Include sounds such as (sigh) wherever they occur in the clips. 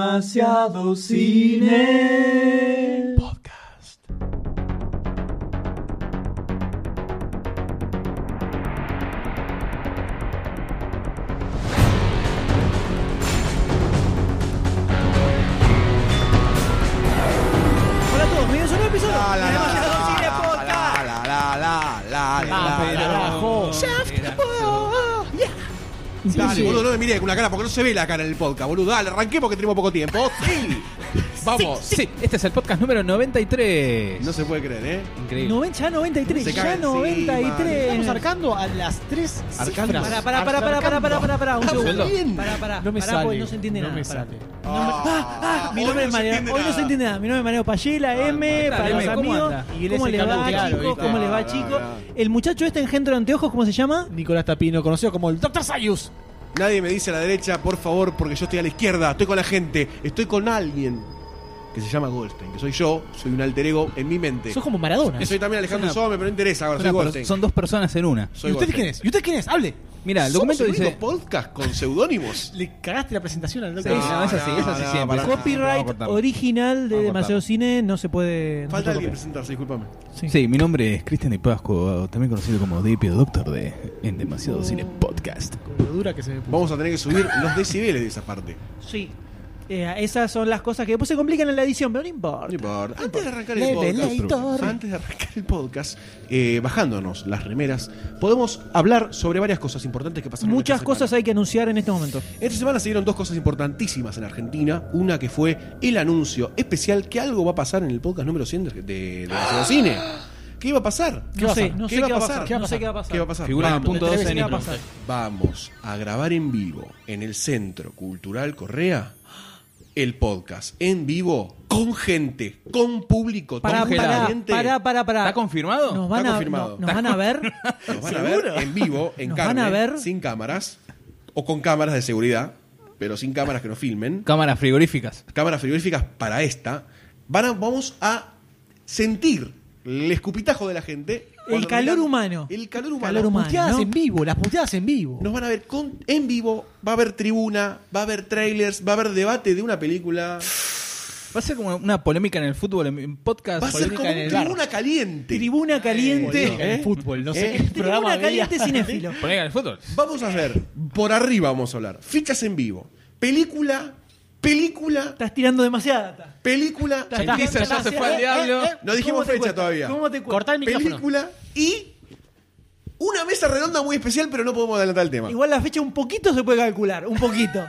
Demasiado cine. Podcast. Hola a todos, bienvenidos a un nuevo episodio La, de la, la, Demasiado la, Cine la, Podcast. Ah, la, la, la, la, la, Ah, la, pero la. abajo. Dale, sí. boludo, no me mire con la cara porque no se ve la cara en el podcast, boludo. Dale, arranqué porque tenemos poco tiempo. Sí. Vamos. Sí, este es el podcast número 93. No se puede creer, ¿eh? Increíble. Noven- ya 93, Se ya cagan encima, 93. Estamos Eh. arcando a las tres Arcando. cifras. Para, para, para, para, para, para, para, para, un Estamos segundo. bien. Para, para, No me para, sale. porque no se entiende no nada. Me para. sale. Ah, ah, mi nombre hoy no es Mariano. se entiende Hoy no nada. se entiende nada. Mi nombre es Mariano Payela, M, ¿qué tal, para los M? ¿Cómo amigos. anda? Y él ¿Cómo es le el va, campeón, chicos? ¿viste? ¿Cómo le va, Ah, chico? ah. El muchacho este engendro de anteojos, ¿cómo se llama? Nicolás Tapino, conocido como el Dr. Sayus. Nadie me dice a la derecha, por favor, porque yo estoy a la izquierda, estoy con la gente, estoy con alguien que se llama Goldstein, que soy yo, soy un alter ego en mi mente. Sos como Maradona. Soy también Alejandro Suena- Somme, pero no interesa, ahora soy Son, Goldstein. dos personas en una. Soy ¿Y usted Goldstein. quién es? ¿Y usted quién es? Hable. Mira, el Somos documento el único dice. podcast con seudónimos. Le cagaste la presentación al Sí, doctor. no, es así, es así no, siempre. para- Vamos a Copyright cortarlo. original de Vamos a Demasiado cortarlo. Cine, no se puede. no Falta se puede alguien copiar. presentarse, discúlpame. Sí, mi nombre es Cristian de Pasco, también conocido como Dipio Doctor de En Demasiado Cine Podcast. Con lo dura que se me puso. Vamos a tener que subir los decibeles de esa parte. Sí. Eh, esas son las cosas que después se complican en la edición, pero no importa. No importa. Antes de arrancar el Le podcast, deleito. antes de arrancar el podcast, eh, bajándonos las remeras, podemos hablar sobre varias cosas importantes que pasaron. Muchas cosas hay que anunciar en este momento. Esta semana se dieron dos cosas importantísimas en Argentina. Una que fue el anuncio especial que algo va a pasar en el podcast número 100 de, de, de Nacional Cine. ¿Qué iba a pasar? No va a sé, pasar? no sé ¿Qué va qué a va a pasar? pasar. ¿Qué va a No sé qué va a pasar. ¿Qué va a pasar? Figura en Vamos, punto me 12 atreves en a pasar. Influencer. Vamos a grabar en vivo en el Centro Cultural Correa el podcast en vivo con gente, con público, Pará, con pará, gente. pará, pará, Ah. pará. ¿Está confirmado? Nos van, Está a, confirmado. no- nos van a ver. Nos van a ver en vivo, en Nos carne, van a ver. sin cámaras o con cámaras de seguridad, pero sin cámaras que no filmen. Cámaras frigoríficas. cámaras frigoríficas para esta, van a- vamos a sentir el escupitajo de la gente. Cuando calor miran- humano. El calor humano. Calor humano. Puteadas ¿no? en vivo, las puteadas en vivo. Nos van a ver con, en vivo, va a haber tribuna, va a haber trailers, va a haber debate de una película. Va a ser como una polémica en el fútbol, en- en podcast. Va a ser polémica como en un el bar. tribuna caliente. Tribuna Boludo, caliente. en fútbol, no sé Eh. qué programa Tribuna veía. caliente cinéfilo. Polémica en el fútbol. Vamos a ver, por arriba vamos a hablar. Fichas en vivo, película, película, Estás tirando demasiada data. película. Estás empieza, tirando ya se demasiada- fue al Eh, diablo. eh, eh, No dijimos ¿cómo te fecha cuesta? todavía. ¿Cómo te cuesta? Cortá el micrófono. película y una mesa redonda muy especial, pero no podemos adelantar el tema. Igual la fecha un poquito se puede calcular, un (laughs) poquito.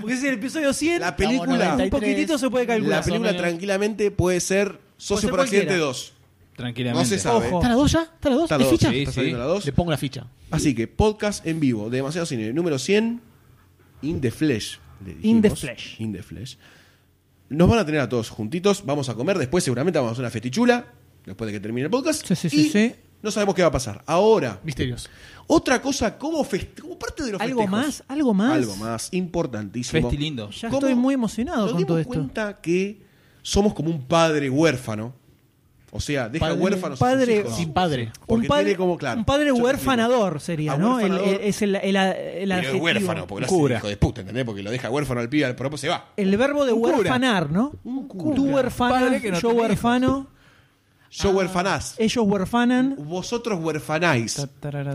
Porque es el episodio 100. La película. Un poquitito se puede calcular. La película tranquilamente puede ser Socio ser por Accidente cualquiera. 2. Tranquilamente. No se sabe. Ojo. ¿Está la dos ya? ¿Está la dos? Está ¿Hay la dos, ficha? sí, está Sí, saliendo sí. la dos. Le pongo la ficha. Así que podcast en vivo de Demasiado Cine, número 100, In the Flesh. le dijimos. In the Flesh. In the Flesh. Nos van a tener a todos juntitos, vamos a comer, después seguramente vamos a hacer una festichula, después de que termine el podcast. Sí, sí, sí, y sí. No sabemos qué va a pasar. Ahora, Misterios. otra cosa como, feste- como parte de los ¿Algo festejos. más? ¿Algo más? Algo más, importantísimo. Festi lindo. Ya ¿Cómo estoy muy emocionado nos con dimos todo esto. cuenta que somos como un padre huérfano. O sea, deja Padre- huérfanos padre- a sus hijos. Sin padre. Porque un padre, tiene como, claro, un padre yo te huérfanador explico. sería, Ah, ¿no? El- huérfanador. el- es el, el, el Pero es adjetivo. huérfano, porque lo hace Cura. hijo de puta, ¿entendés? Porque lo deja huérfano al pibe, al propio se va. El verbo de Un cura. huérfanar, ¿no? Un cura. Tú huérfanas, Padre que no yo tiene huérfano, Ah. Yo Eh. huérfanás. ellos huérfanan. Vosotros huérfanáis.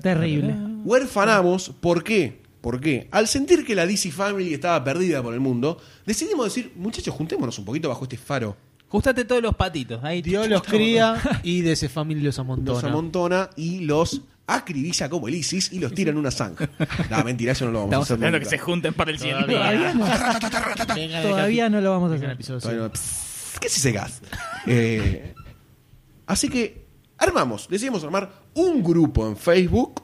Terrible. Huérfanamos, ¿por qué? ¿Por qué? Al sentir que la DC Family estaba perdida por el mundo, decidimos decir, muchachos, juntémonos un poquito bajo este faro. Justate todos los patitos. Ahí Dios los cría (laughs) y de ese familia los amontona. Los amontona y los acribilla como el ISIS y los tira en una (laughs) zanja. No, mentira, eso no lo vamos Estamos a hacer. esperando que nunca. se junten para el cielo. Todavía no, Venga, todavía no lo vamos a venga el hacer. episodio. Todavía (laughs) no- Psst, ¿Qué es ese gas? Eh, así que armamos, decidimos armar un grupo en Facebook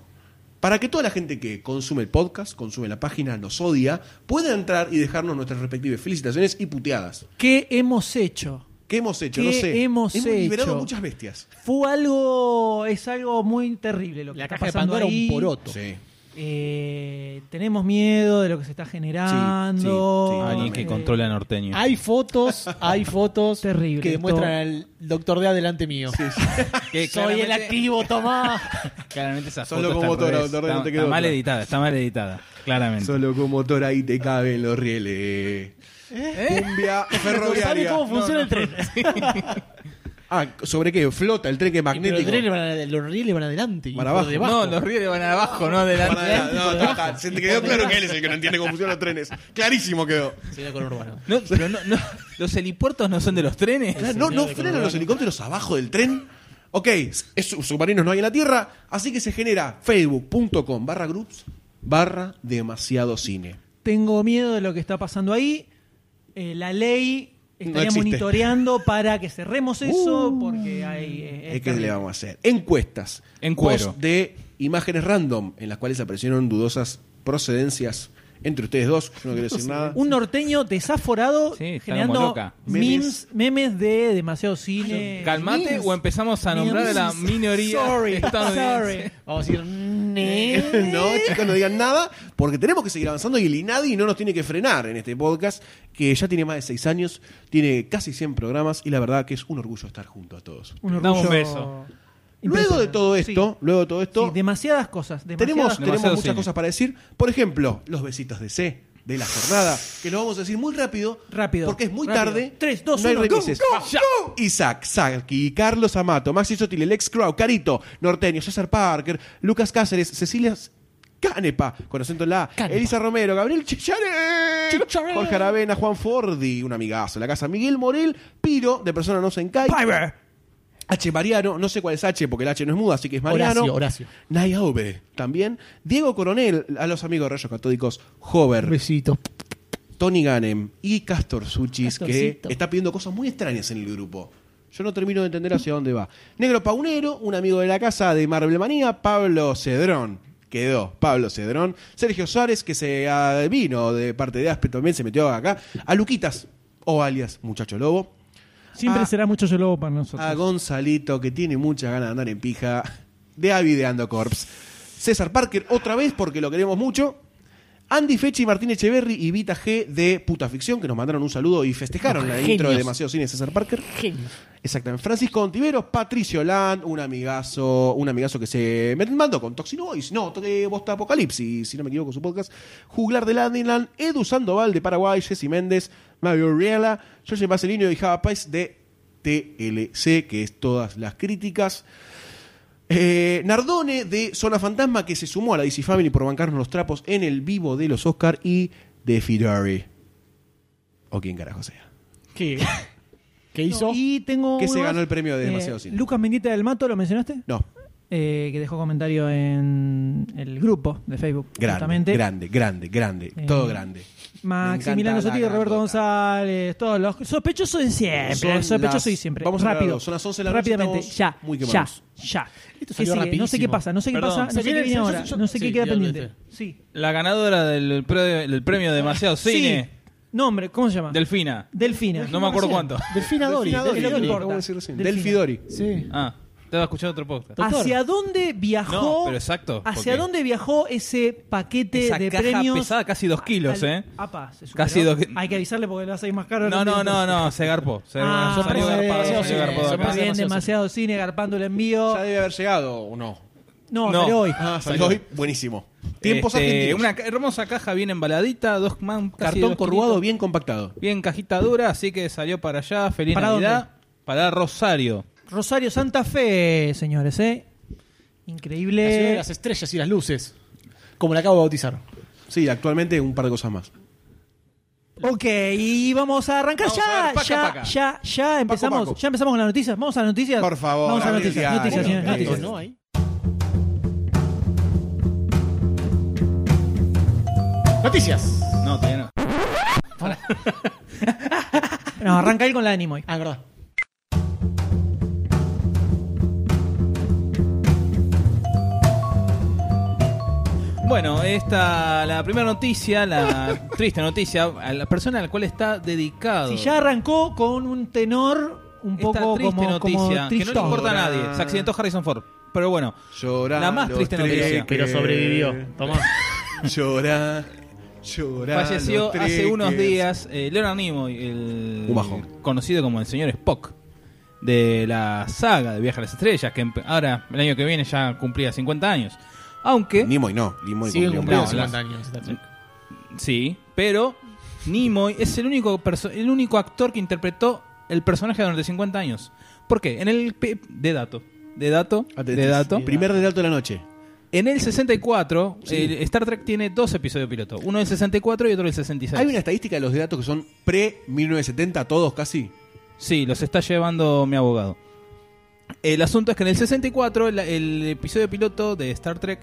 para que toda la gente que consume el podcast, consume la página, nos odia, pueda entrar y dejarnos nuestras respectivas felicitaciones y puteadas. ¿Qué hemos hecho? ¿Qué hemos hecho? ¿Qué no sé. hemos liberado hecho? muchas bestias. Fue algo, es algo muy terrible lo que La está caja de pasando Pandora ahí. un poroto. Sí. Eh, tenemos miedo de lo que se está Sí, sí, generando. sí, Alguien que Eh, controla norteño. Hay fotos, (laughs) hay fotos Terrible que esto. demuestran al doctor D adelante mío. Que Soy el Eh, claramente- activo, (laughs) Tomás. Claramente esa Solo foto como está, al autora, revés. autora, no está, te está quedó mal otra. editada, está mal editada, claramente. Solo como Tora ahí te caben los rieles. ¿Eh? Cumbia ¿Sabe ferroviaria. cómo funciona el tren? Ah, ¿sobre qué? Flota el tren que es Pero magnético. el tren van a- los rieles van adelante. y Para por abajo. debajo. No, los rieles van abajo, no adelante. Para- no, está- está. se te quedó claro que él es el que no entiende cómo funcionan los trenes. Clarísimo quedó. Sería con urbano. No, pero no, no, los helipuertos no son de los trenes. Claro, no, no frenan los helicópteros abajo del tren. Ok, es, submarinos no hay en la Tierra, así que se genera facebook.com barra groups barra demasiado cine. Tengo miedo de lo que está pasando ahí. Eh, la ley estaría existe. monitoreando para que cerremos eso porque hay... eh, Eh, es ¿Qué le terrible. vamos a hacer? Encuestas. En cuero. Post de imágenes random en las cuales aparecieron dudosas procedencias entre ustedes dos. Yo no quiero decir nada. Un norteño desaforado Sí, está como generando loca. memes, memes de demasiado cine. Eh, Calmate Memes. o empezamos a nombrar a la Memes. minoría Sorry, estadounidense. sorry. Vamos a decir, "Ne". (laughs) no, chicos, no digan nada, porque tenemos que seguir avanzando y el INADI no nos tiene que frenar en este podcast, que ya tiene más de seis años, tiene casi 100 programas y la verdad que es un orgullo estar junto a todos. Un orgullo Damos un beso. Luego de todo Sí, esto, luego de todo sí, esto, demasiadas cosas. demasiadas tenemos, cosas. tenemos Demasiado muchas cine. cosas para decir. Por ejemplo, los besitos de C de la jornada, que lo vamos a decir muy rápido, Rápido, porque es muy rápido. tarde. Tres, dos, no hay uno, go, remises. go, Ya. Isaac, Saki, Carlos Amato, Maxi Sotil, Lex Crow, Carito, Norteño, César Parker, Lucas Cáceres, Cecilia Canepa, con acento en la A, Canepa. Elisa Romero, Gabriel Chicharel, Chicharel. Jorge Aravena, Juan Fordi, un amigazo, la casa Miguel Morel, Piro, de Persona No Se Encai, Piper. H. Mariano, no sé cuál es H porque el H no es muda, así que es Mariano. Horacio, Horacio. Naya Ove, también. Diego Coronel, a los amigos de Rayos Catódicos, Hover, Besito. Tony Ganem y Castor Suchis, que Castorcito. está pidiendo cosas muy extrañas en el grupo. Yo no termino de entender hacia dónde va. Negro Paunero, un amigo de la casa de Marvel Manía, Pablo Cedrón. Quedó Pablo Cedrón. Sergio Suárez, que se ah, vino de parte de Aspe, también se metió acá. A Luquitas, o alias Muchacho Lobo. Siempre Ah. será mucho yolobo para A nosotros. Gonzalito, que tiene muchas ganas de andar en pija, de Avideando Corps. César Parker, otra vez, porque lo queremos mucho. Andy Fechi, Martín Echeverry y Vita G de Puta Ficción, que nos mandaron un saludo y festejaron la Genios. intro de Demasiado Cine César Parker. Genio. Exactamente. Francisco Ontivero, Patricio Land, un amigazo, un amigazo que se me mandó con Toxino Boys, no, toqué Bosta Apocalipsis, si no me equivoco, su podcast. Juglar de Landinland, Edu Sandoval de Paraguay, Jesse Méndez, Mario Riela, Jorge Marcelino y Java Pais de TLC, que es todas las críticas. Eh, Nardone de Zona Fantasma, que se sumó a la DC Family por bancarnos los trapos en el vivo de los Oscar y de Fidari. O quien carajo sea. ¿Qué? ¿Qué hizo? No, y tengo Que uno se más. ganó el premio de Demasiado Cine. Lucas Mendita del Mato, ¿lo mencionaste? No. Eh, que dejó comentario en el grupo de Facebook. Grande, justamente. grande, grande, grande, Eh, todo grande. Maximiliano Me encanta la Sotil, Roberto grandota. González, todos los sospechosos de Son siempre, las- sospechosos de siempre. vamos a rápido. aclararlo, son las 11 de la noche, Rápidamente, estamos ya, muy ya, quemados. ya. Esto salió ¿Qué sigue? No sé qué rapidísimo. pasa, no sé qué Perdón. pasa, no Se sé qué viene- viene yo- ahora, yo- no sé qué sí, queda ya hablé pendiente. Sí. La ganadora del pre- del premio Demasiado Cine, Sí. Nombre, ¿cómo se llama? Delfina. Delfina. No me (laughs) acuerdo cuánto. Delfina Dori. Delfinadori, Delfina Delfinadori. Dori. importa. acabo de decir recién. Delfina. Delfidori. Sí. Ah, estaba escuchando otro podcast. Doctor. ¿Hacia dónde viajó? No, pero exacto, ¿Hacia porque- dónde viajó ese paquete Esa de caja premios? pesada, casi dos kilos, ¿eh? Apa, se superó. Casi dos- Hay que avisarle porque lo hace más caro. No, no, no, no, se garpó. Se (laughs) Ah, garpó, sorpresa salió de garpado, Demasiado salió Cine, garpado acá. Está bien, Demasiado demasiado cine, garpando el envío. Ya debe haber llegado o no. No, No. pero hoy. Ah, salió Salió. hoy, buenísimo. Tiempos Este, argentinos. Una ca- hermosa caja bien embaladita, dos man, casi Cartón dos corrugado kilitos, bien compactado. bien cajita dura, así que salió para allá. Feliz ¿Para Navidad. dónde? Para Rosario. Rosario Santa Fe, señores, ¿eh? Eh, La ciudad de Increíble. las estrellas y las luces. Como la acabo de bautizar. Sí, actualmente un par de cosas más. Ok, y vamos a arrancar Vamos ya, a ver, paca, ya, paca. ya, ya empezamos, paco. ya empezamos con las noticias. Vamos a las noticias. Por favor, vamos a las abrí el noticias, diario. noticias, señores, Bueno, Gratis, noticias. bien. ¿no? Ahí. Noticias. No, todavía no. No, arranca él con la de Nimoy. Ah, verdad. Bueno, esta la primera (laughs) noticia, la triste noticia, a la persona a la cual está dedicado. Si ya arrancó con un tenor un esta poco triste como, noticia, como que no le tristón. importa a Llorar. nadie. Se accidentó Harrison Ford. Pero bueno, Llorar. La más los triste tres noticia. que- Tomás. Llorar. Llorar. falleció los tres hace unos que- días eh, Leonard Nimoy, el Un bajón. conocido como el señor Spock de la saga de Viaje a las Estrellas, que empe- ahora el año que viene ya cumplía 50 años. Aunque Nimoy no. Nimoy Siguen cumplió cumpliendo no, más. 50 años. sí, pero Nimoy es el único, perso- el único actor que interpretó el personaje durante 50 años. ¿Por qué? En el... pe- De dato. De dato. Atentis. Ah, De dato. Primer relato de la noche. En el 64, el eh, Star Trek tiene dos episodios piloto. Uno del 64 y otro del 66. Hay una estadística de los datos que son pre-1970, todos casi. Sí, los está llevando mi abogado. El asunto es que en el 64 el, el episodio piloto de Star Trek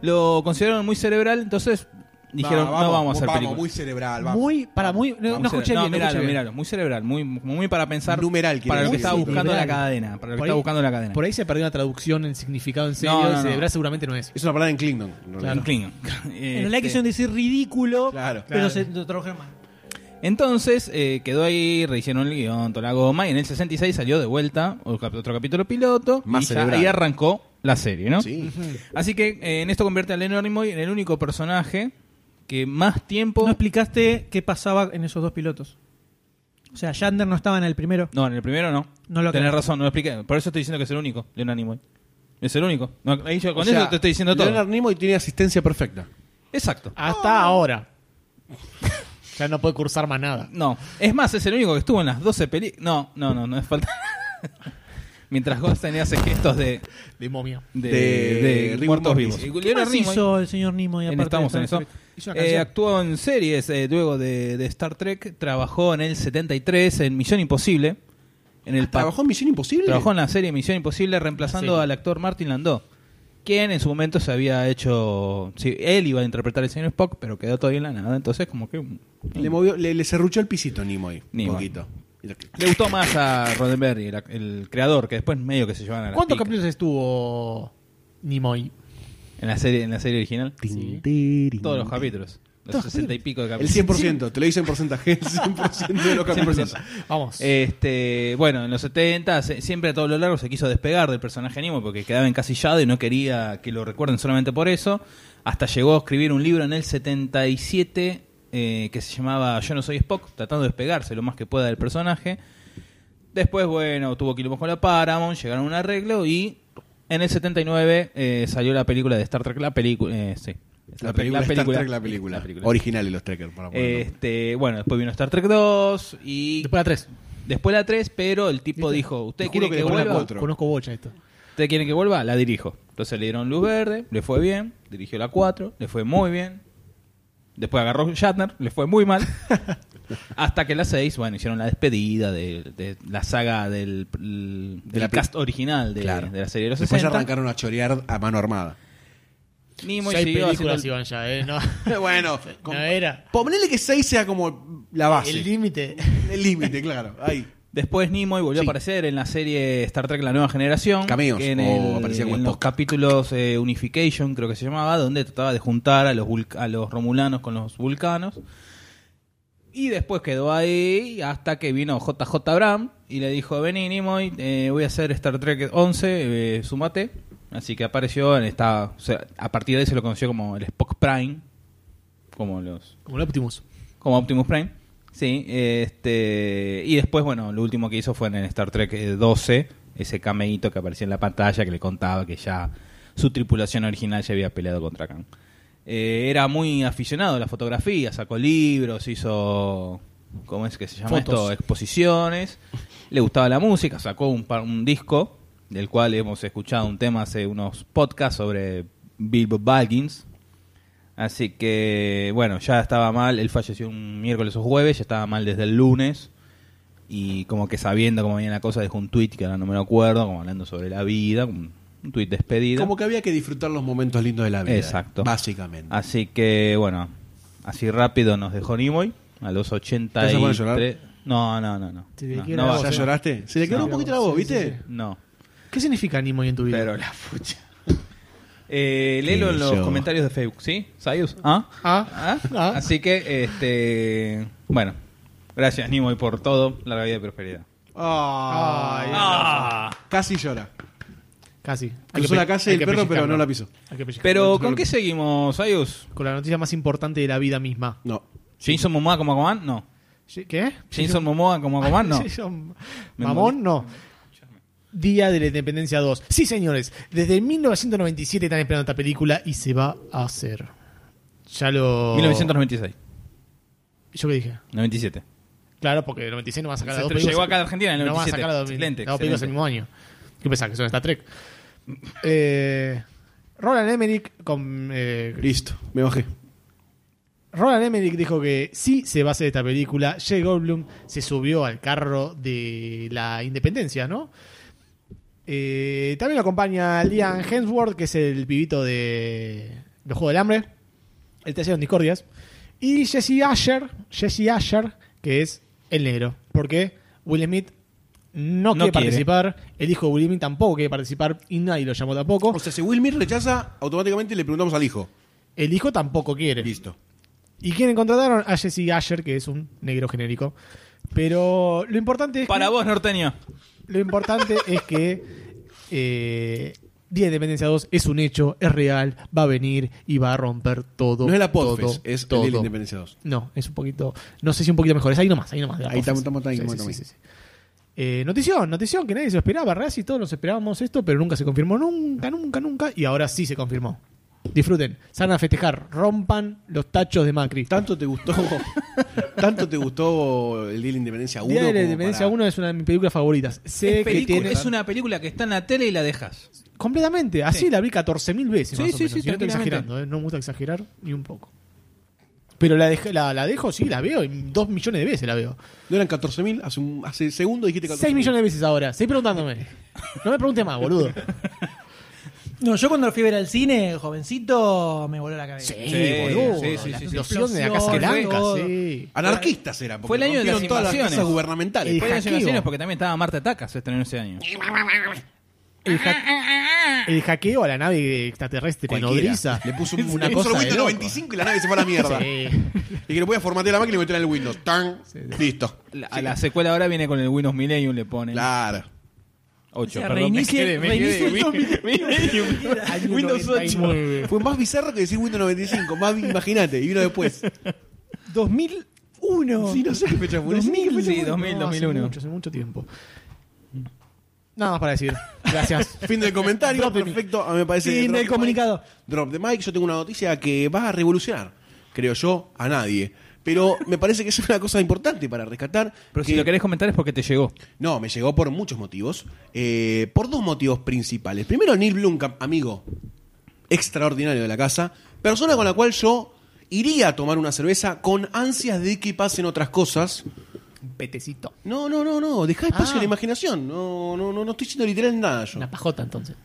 lo consideraron muy cerebral, entonces dijeron no, vamos, a hacer película. muy cerebral, vamos. Muy, para muy. No, no Vamos a- escuché bien. no miralo, escuché bien. miralo, muy cerebral, muy, muy para pensar, Numeral, quiere para lo que decir. estaba buscando Cerebral. la cadena, para lo que Por estaba ahí- buscando la cadena. Por ahí se perdió una traducción en significado en serio. No, no, y no. cerebral seguramente no es. Es una palabra en Clinton. Claro. En Klingon. En realidad Este, quisieron decir ridículo, Claro. pero Claro. se lo tradujeron mal. Entonces eh, quedó ahí, rehicieron el guión, toda la goma, y en el 66 salió de vuelta otro cap- otro capítulo piloto, Más y ya cerebral. ahí arrancó la serie, ¿no? Sí. Así que eh, en esto convierte a Leonard Nimoy en el único personaje que más tiempo... No explicaste qué pasaba en esos dos pilotos. O sea, Yander no estaba en el primero. No, en el primero no. No lo Tenés creo. razón, no lo expliqué. Por eso estoy diciendo que es el único, Leonard Nimoy. Es el único. No, ahí yo- con O sea, eso te estoy diciendo todo. Leonard Nimoy tiene asistencia perfecta. Exacto. Hasta ahora. (laughs) ya no puede cursar más nada. No. Es más, es el único que estuvo en las 12 películas. No, no, no, no es falta. (laughs) Mientras Goldstein hace gestos de... De momia. De, De Rigor muertos Mortis. vivos. ¿Qué Leonard más Nimoy- hizo el señor Nimoy? En aparte estamos de en eso. Star Trek? Hizo una Eh, canción. actuó en series eh, luego de, de Star Trek. Trabajó en el 73 en Misión Imposible. En Ah, el pa- ¿Trabajó en Misión Imposible? trabajó en la serie Misión Imposible reemplazando La serie. al actor Martin Landau. Quien en su momento se había hecho. sí, él iba a interpretar el señor Spock, pero quedó todavía en la nada. Entonces, como que. mm, Le, movió, le, le serruchó el pisito Nimoy. Un Nimoy. poquito. Le gustó más a Roddenberry, el, el creador, que después medio que se llevan a la. ¿Cuántos capítulos estuvo Nimoy? En la serie, en la serie original. Sí. Todos los capítulos. Los 60 y pico de El capítulos. 100%, te lo dice en porcentaje. El 100% de los capítulos. 100%. Vamos. Este, bueno, en los 70 se- siempre a todo lo largo se quiso despegar del personaje Nimoy porque quedaba encasillado y no quería que lo recuerden solamente por eso. Hasta llegó a escribir un libro en el 77 eh, que se llamaba Yo no soy Spock, tratando de despegarse lo más que pueda del personaje. Después, bueno, tuvo quilombos con la Paramount, llegaron a un arreglo y en el 79 eh, salió la película de Star Trek, la película, eh, sí. La película, La Star Trek, la película. La película. Original de los Trekkers, para ponerlo. Este, bueno, después vino Star Trek 2 y Después la 3. Después la 3, pero el tipo ¿Viste? dijo, ¿usted Te quiere juro que que, después la vuelva? cuatro. Otro. Conozco bocha esto. ¿Usted quiere que vuelva? La dirijo. Entonces le dieron luz verde, le fue bien, dirigió la 4, le fue muy bien. Después agarró Shatner, le fue (laughs) muy mal. Hasta que la 6, bueno, hicieron la despedida de, de la saga del, del la pri- cast original de, Claro. de la serie de los Después 60. arrancaron a chorear a mano armada. Nimoy Seis siguió haciendo películas el- iban ya, (laughs) ¿eh? No, bueno, no (laughs) con- era. ponele que 6 sea como la Ah, El base. límite. El límite, claro. Ahí. Después Nimoy volvió Sí. a aparecer en la serie Star Trek La Nueva Generación. Cameos, que en, o el- aparecía como en los Spock. capítulos eh, Unification, creo que se llamaba, donde trataba de juntar a los, vulc- a los romulanos con los vulcanos. Y después quedó ahí hasta que vino JJ Abrams y le dijo, vení Nimoy, eh, voy a hacer Star Trek 11, eh, sumate. Así que apareció en esta... o sea, a partir de ahí se lo conoció como el Spock Prime, como los Como el Optimus. como Optimus Prime. Sí, este, y después, bueno, lo último que hizo fue en el Star Trek eh, 12, ese cameíto que aparecía en la pantalla que le contaba que ya su tripulación original ya había peleado contra Khan. Eh, era muy aficionado a la fotografía, sacó libros, hizo, ¿cómo es que se llama Fotos. esto? Exposiciones, le gustaba la música, sacó un, par- un disco del cual hemos escuchado un tema hace unos podcasts sobre Bilbo Baggins, Así que, bueno, ya estaba mal. Él falleció un miércoles o jueves, ya estaba mal desde el lunes. Y como que sabiendo cómo venía la cosa, dejó un tweet que ahora no me lo acuerdo, como hablando sobre la vida, un, un tweet despedida. Como que había que disfrutar los momentos lindos de la vida. Exacto. Básicamente. Así que, bueno, así rápido nos dejó Nimoy a los 80 ¿Te vas a y poner a llorar? No, no, no, no. Te No, quiero no, la va a voz, ¿Ya sí. ser- lloraste? Se le quedó Sí, un poquito sí, la voz, sí, ¿viste? sí. no. ¿Qué significa Nimoy en tu vida? Pero la fucha. (laughs) Eh, léelo en los Yo. comentarios de Facebook, ¿sí? ¿Sayus? ¿Ah? Ah. Ah. Ah. Así que, este. Bueno, gracias Nimoy por todo. Larga vida y prosperidad. Ay, Ah. Casi llora. Casi. Hay que Cruzó pe- la calle hay el que perro, pero pellizcarlo. no la pisó. Hay que pellizcarlo. Pero, No, ¿con no, qué seguimos, Sayus? Con la noticia más importante de la vida misma. No. ¿Jason Momoa como Aquaman? No. ¿Sí? ¿Qué? ¿Jason Momoa como Aquaman? (laughs) No. Sí, son- Me Mamón, no. Día de la Independencia 2. Sí, señores, desde 1997 están esperando Oh. esta película y se va a hacer. Ya lo. 1996. ¿Yo qué dije? 97. Claro, porque el 96 no va a sacar Se las dos llegó películas. acá a Argentina en el No va a 97. sacar las dos, Excelente, las dos películas el mismo año. ¿Qué pensás? ¿Que son Star Trek? Eh, Roland Emmerich con, eh, Listo, me bajé. Roland Emmerich dijo que sí se va a hacer esta película. Jay Goldblum se subió al carro de la independencia, ¿no? Eh, también lo acompaña Liam Hemsworth, que es el pibito de los Juegos del Hambre, el tercero en Discordias. Y Jesse Asher, Jesse Asher, que es el negro. Porque Will Smith no, No quiere, quiere. participar, el hijo de Will Smith tampoco quiere participar y nadie lo llamó tampoco. O sea, si Will Smith rechaza, automáticamente le preguntamos al hijo. El hijo tampoco quiere. Listo. Y quienes contrataron a Jesse Asher, que es un negro genérico. Pero lo importante es Para que, vos, norteño. lo importante es que eh, Día de Independencia 2 es un hecho, es real, va a venir y va a romper todo. No es la todo, Podfest, es todo. el de la Independencia 2. No, es un poquito, no sé si un poquito mejor, es ahí nomás, ahí nomás. de la Ahí Podfest. estamos, estamos, estamos, Sí, estamos, sí, estamos. sí, sí, sí. Eh, notición, notición que nadie se lo esperaba, real si todos nos esperábamos esto, pero nunca se confirmó, nunca, nunca, nunca, y ahora sí se confirmó. Disfruten, salen a festejar, rompan los tachos de Macri. ¿Tanto te gustó (laughs) tanto te gustó el Día de la Independencia 1? Día de la como Independencia para- 1 es una de mis películas favoritas. Sé es, que película- tiene. es una película que está en la tele y la dejas. Completamente. Así Sí. la vi 14.000 veces. Sí, más o menos. sí, sí, Y no estoy tranquilamente. exagerando, ¿eh? No me gusta exagerar ni un poco. Pero la, dej- la, la dejo, sí, la veo. y Dos millones de veces la veo. ¿No eran 14.000? Hace, un, hace segundo dijiste 14.000. 6 millones de veces ahora. Seguí preguntándome. No me preguntes más, boludo. (laughs) No, yo cuando lo fui a ver al cine, jovencito, me voló la cabeza. Sí, boludo. sí, sí, la sí, sí. explosión de la Casa Explosión, Blanca, todo. sí. Anarquistas eran. porque Fue el año de las rompieron todas las invasiones. casas gubernamentales. El Fue de las hackeo. invasiones porque también estaba Marta Taca, se estrenó ese año. El, Ah. ha- el hackeo a la nave extraterrestre Cualquiera. nodriza. Le (laughs) puso un- una le puso cosa el de Windows loco. 95 y la nave se fue a la mierda. Sí. Y que le voy a formatear la máquina y le meter en el Windows. ¡Tan! Listo. La, a la secuela ahora viene con el Windows Millennium, le ponen Claro. 8. O sea, reinicie- perdón. Me quedé- me reinicie quedé- el 2000. (laughs) Año (laughs) Windows 8. 99. Fue más bizarro que decir Windows 95. Más, imagínate. Y vino después. 2001. Sí, no sé qué fecha fue. No sé qué 2000, fecha sí, fue. 2000, No, hace 2001. mucho, hace mucho tiempo. Nada más para decir. (laughs) Gracias. (laughs) Fin del comentario. Drop the mic. Perfecto. A mí me parece. Fin drop del the comunicado. mic. Drop the mic. Yo tengo una noticia que va a revolucionar, creo yo, a nadie. Pero me parece que es una cosa importante para rescatar. Pero que- si lo querés comentar es porque te llegó. No, me llegó por muchos motivos. Eh, por dos motivos principales. Primero, Neil Blomkamp, amigo extraordinario de la casa, persona con la cual yo iría a tomar una cerveza con ansias de que pasen otras cosas. Un petecito. No, no, no, no, dejá espacio Ah. a la imaginación. No, no, no, no estoy siendo literal en nada yo. Una pajota entonces.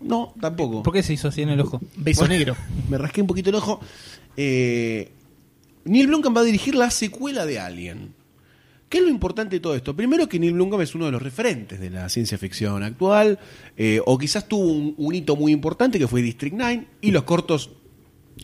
No, tampoco. ¿Por qué se hizo así en el ojo? Beso (laughs) negro. Me rasqué un poquito el ojo. Eh, Neil Blomkamp va a dirigir la secuela de Alien. ¿Qué es lo importante de todo esto? Primero que Neil Blomkamp es uno de los referentes de la ciencia ficción actual, eh, o quizás tuvo un, un hito muy importante que fue District 9 y los cortos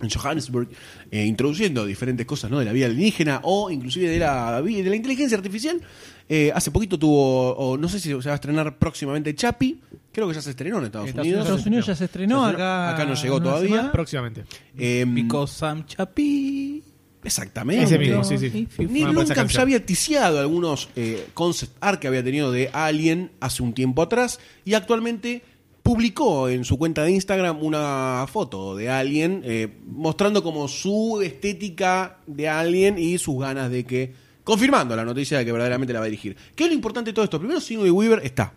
en Johannesburg, eh, introduciendo diferentes cosas ¿no? de la vida alienígena o inclusive de la, vi- de la inteligencia artificial. Eh, hace poquito tuvo, o no sé si se va a estrenar próximamente Chapi, creo que ya se estrenó en Estados, Estados Unidos. Estados Unidos ya se estrenó, Se estrenó. acá. Acá no llegó en una todavía. semana. Próximamente. Em, Because Sam Chapi. Exactamente. Ese mismo, sí, sí. Neil Ah, por esa Blomkamp ya canción. había ticiado algunos eh, concept art que había tenido de Alien hace un tiempo atrás y actualmente publicó en su cuenta de Instagram una foto de Alien eh, mostrando como su estética de Alien y sus ganas de que confirmando la noticia de que verdaderamente la va a dirigir. ¿Qué es lo importante de todo esto? Primero, Sigourney Weaver está.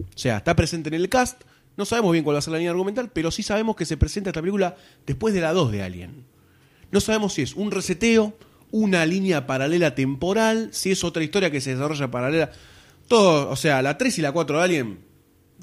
O sea, está presente en el cast. No sabemos bien cuál va a ser la línea argumental, pero sí sabemos que se presenta esta película después de la 2 de Alien. No sabemos si es un reseteo, una línea paralela temporal, si es otra historia que se desarrolla paralela. Todo, o sea, la 3 y la 4 de Alien,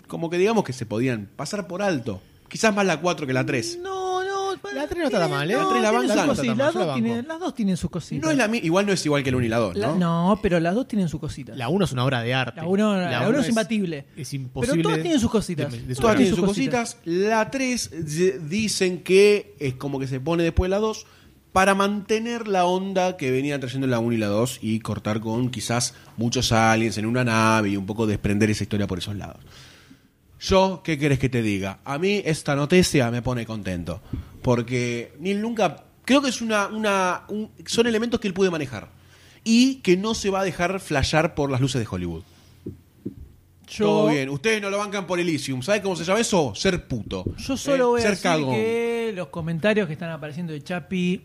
como que digamos que se podían pasar por alto. Quizás más la 4 que la 3. No, no. La tres no está tan mal, ¿eh? La tres la tiene sus bancan. No está cositas, tan mal, las yo la dos tienen- banco. Las dos tienen sus cositas. No es la mi- igual no es igual que el 1 y la 2, La- ¿no? ¿no? pero las dos tienen sus cositas. La 1 es una obra de arte. La uno- la uno es imbatible. Es imposible. pero todas tienen sus cositas. de- de Todas superar. tienen sus cositas. La 3 ye- dicen que es como que se pone después de la 2 para mantener la onda que venía trayendo la 1 y la 2 y cortar con quizás muchos aliens en una nave y un poco desprender esa historia por esos lados. Yo, ¿qué querés que te diga? A mí esta noticia me pone contento. Porque Neil nunca. Creo que es una. una un- son elementos que él puede manejar. Y que no se va a dejar flashear por las luces de Hollywood. Yo- Todo bien. Ustedes no lo bancan por Elysium. ¿Sabe cómo se llama eso? Ser puto. Yo solo voy a Eh, ser decir cagón. que los comentarios que están apareciendo de Chapi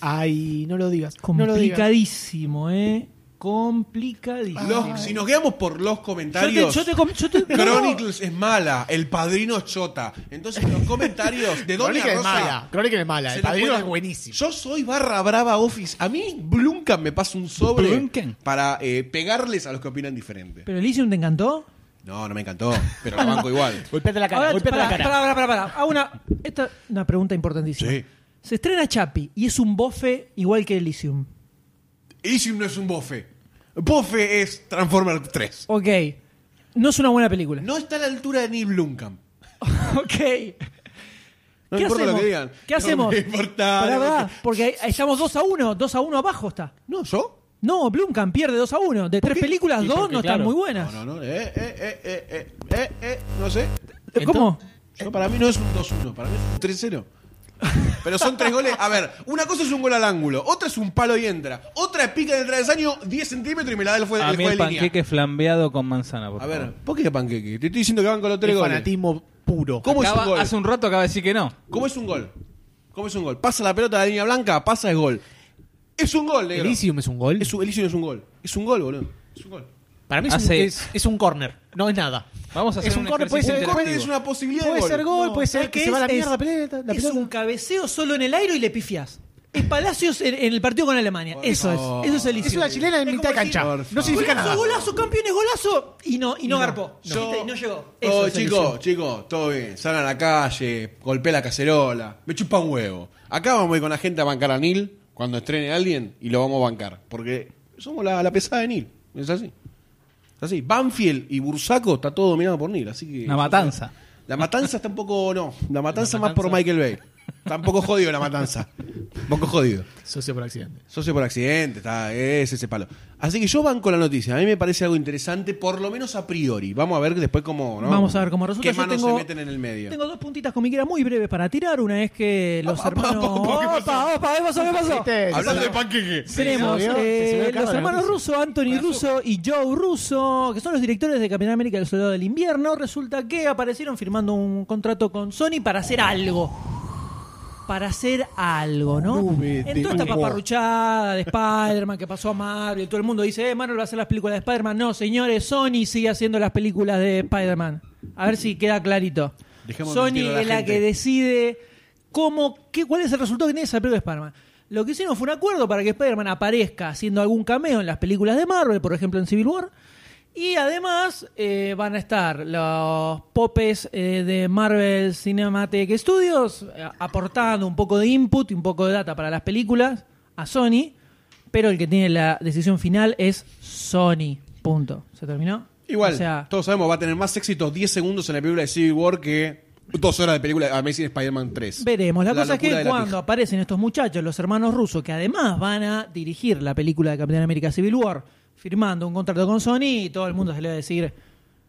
Ay, no lo digas. No lo digas. Complicadísimo, ¿eh? Complicadísimo. Los- si nos guiamos por los comentarios, yo te, yo te, com- yo te- no. Chronicles es mala, El Padrino es chota. Entonces los comentarios de Doña Crónica es Rosa... mala. Crónica es mala. se El los padrino cuentan. es buenísimo. Yo soy barra brava office. A mí Blunkan me pasa un sobre Blunkan. para eh, pegarles a los que opinan diferente. ¿Pero Elysium te encantó? No, no me encantó, pero la banco igual. (laughs) Golpeate la Ahora, golpeate pará, pará, pará, pará, pará. Hago una, esta es una pregunta importantísima. Sí. Se estrena Chapi y es un bofe igual que Elysium. Elysium no es un bofe. Bofe es Transformers 3. (laughs) Ok. No es una buena película. No está a la altura de ni Blunkan. (laughs) Ok. No ¿Qué importa hacemos? lo que digan. ¿Qué hacemos? No me importa. Pará, no me- pará, porque ahí- ahí estamos 2 a 1, 2 a 1 abajo está. No, yo. No, Blumkamp pierde 2 a 1. De tres películas, Y dos porque, no están claro. muy buenas. No, no, no. Eh, eh, eh, eh, eh, eh, eh, no sé. ¿Cómo? Eh. Yo, para mí no es un 2-1, para mí es (laughs) un 3-0. Pero son tres goles. A ver, una cosa es un gol al ángulo, otra es un palo y entra, otra pica en el travesaño 10 centímetros y me la da el fue, A el mí fue el de línea. panqueque flambeado con manzana, por A favor. ver, ¿por qué panqueque? Te estoy diciendo que van con los tres Es goles. fanatismo puro. ¿Cómo es Acaba- un gol? hace un rato acaba de decir que no. ¿Cómo es un gol? ¿Cómo es un gol? Pasa la pelota de la línea blanca, pasa es gol. Es un gol, negro. Elysium es un gol. Es un, Elysium es un gol. Es un gol, boludo. Es un gol. Para mí es, Hace- un, es, es un corner. No es nada. Vamos a hacer Es un un corner, puede ejercicio ser El gol interactivo. es una posibilidad Puede de gol. ser gol, puede ser ¿sabes que qué se va a la es? mierda la Es- pelota. La es pelota. un cabeceo solo en el aire y le pifias. Es Palacios en, en el partido con Alemania. Por eso favor. es. Eso es el Es una chilena en Es mitad de como cancha. decir, No significa Golazo, nada. golazo, campeones, golazo. Y no, y no, garpó. Yo- ¿Viste? Y no llegó. Eso Oh, es el chicos, Elysium. chicos, todo bien. Sal a la calle, golpeé la cacerola, me chupa un huevo. Acá vamos a ir con la gente a bancar a Neil cuando estrene a alguien y lo vamos a bancar. Porque somos la, la pesada de Neil. Es así. Es así. Banfield y Bursaco está todo dominado por Neil. Así que. Una matanza. La matanza está un poco. No, la matanza más por Michael Bay. Está un poco jodido la matanza. Un poco jodido. Socio por accidente. Socio por accidente, está, es ese palo. Así que yo banco la noticia. A mí me parece algo interesante, por lo menos a priori. Vamos a ver después cómo. ¿no? Vamos a ver cómo resulta. ¿Qué Yo manos tengo, se meten en el medio? Tengo dos puntitas comiqueras muy breves para tirar. Una es que los Opa, opa, hermanos. opa, ¿qué pasó? Opa, opa, ¿qué pasó? ¿Qué pasó? ¿Viste? Hablando de panqueque. Tenemos se subió, eh, se subió el carro los de la hermanos noticia. Russo, Anthony Russo y Joe Russo, que son los directores de Capitán América y el Soldado del Invierno. Resulta que aparecieron firmando un contrato con Sony para hacer algo. Para hacer algo, ¿no? Nube de en toda esta humo. paparruchada de Spider-Man que pasó a Marvel, todo el mundo dice, eh, Marvel va a hacer las películas de Spider-Man. No, señores, Sony sigue haciendo las películas de Spider-Man. A ver si queda clarito. Dejemos de Sony mentir a la es la gente. que decide cómo, qué, cuál es el resultado que tiene esa película de Spider-Man. Lo que hicieron fue un acuerdo para que Spider-Man aparezca haciendo algún cameo en las películas de Marvel, por ejemplo en Civil War. Y además eh, van a estar los popes eh, de Marvel Cinematic Studios eh, aportando un poco de input y un poco de data para las películas a Sony, pero el que tiene la decisión final es Sony. Punto. ¿Se terminó? Igual, O sea, todos sabemos, va a tener más éxito 10 segundos en la película de Civil War que dos horas de película de Amazing Spider-Man 3. Veremos. La, cosa es locura que de la cuando pija. aparecen estos muchachos, los hermanos rusos, que además van a dirigir la película de Capitán América Civil War, firmando un contrato con Sony, y todo el mundo se le va a decir: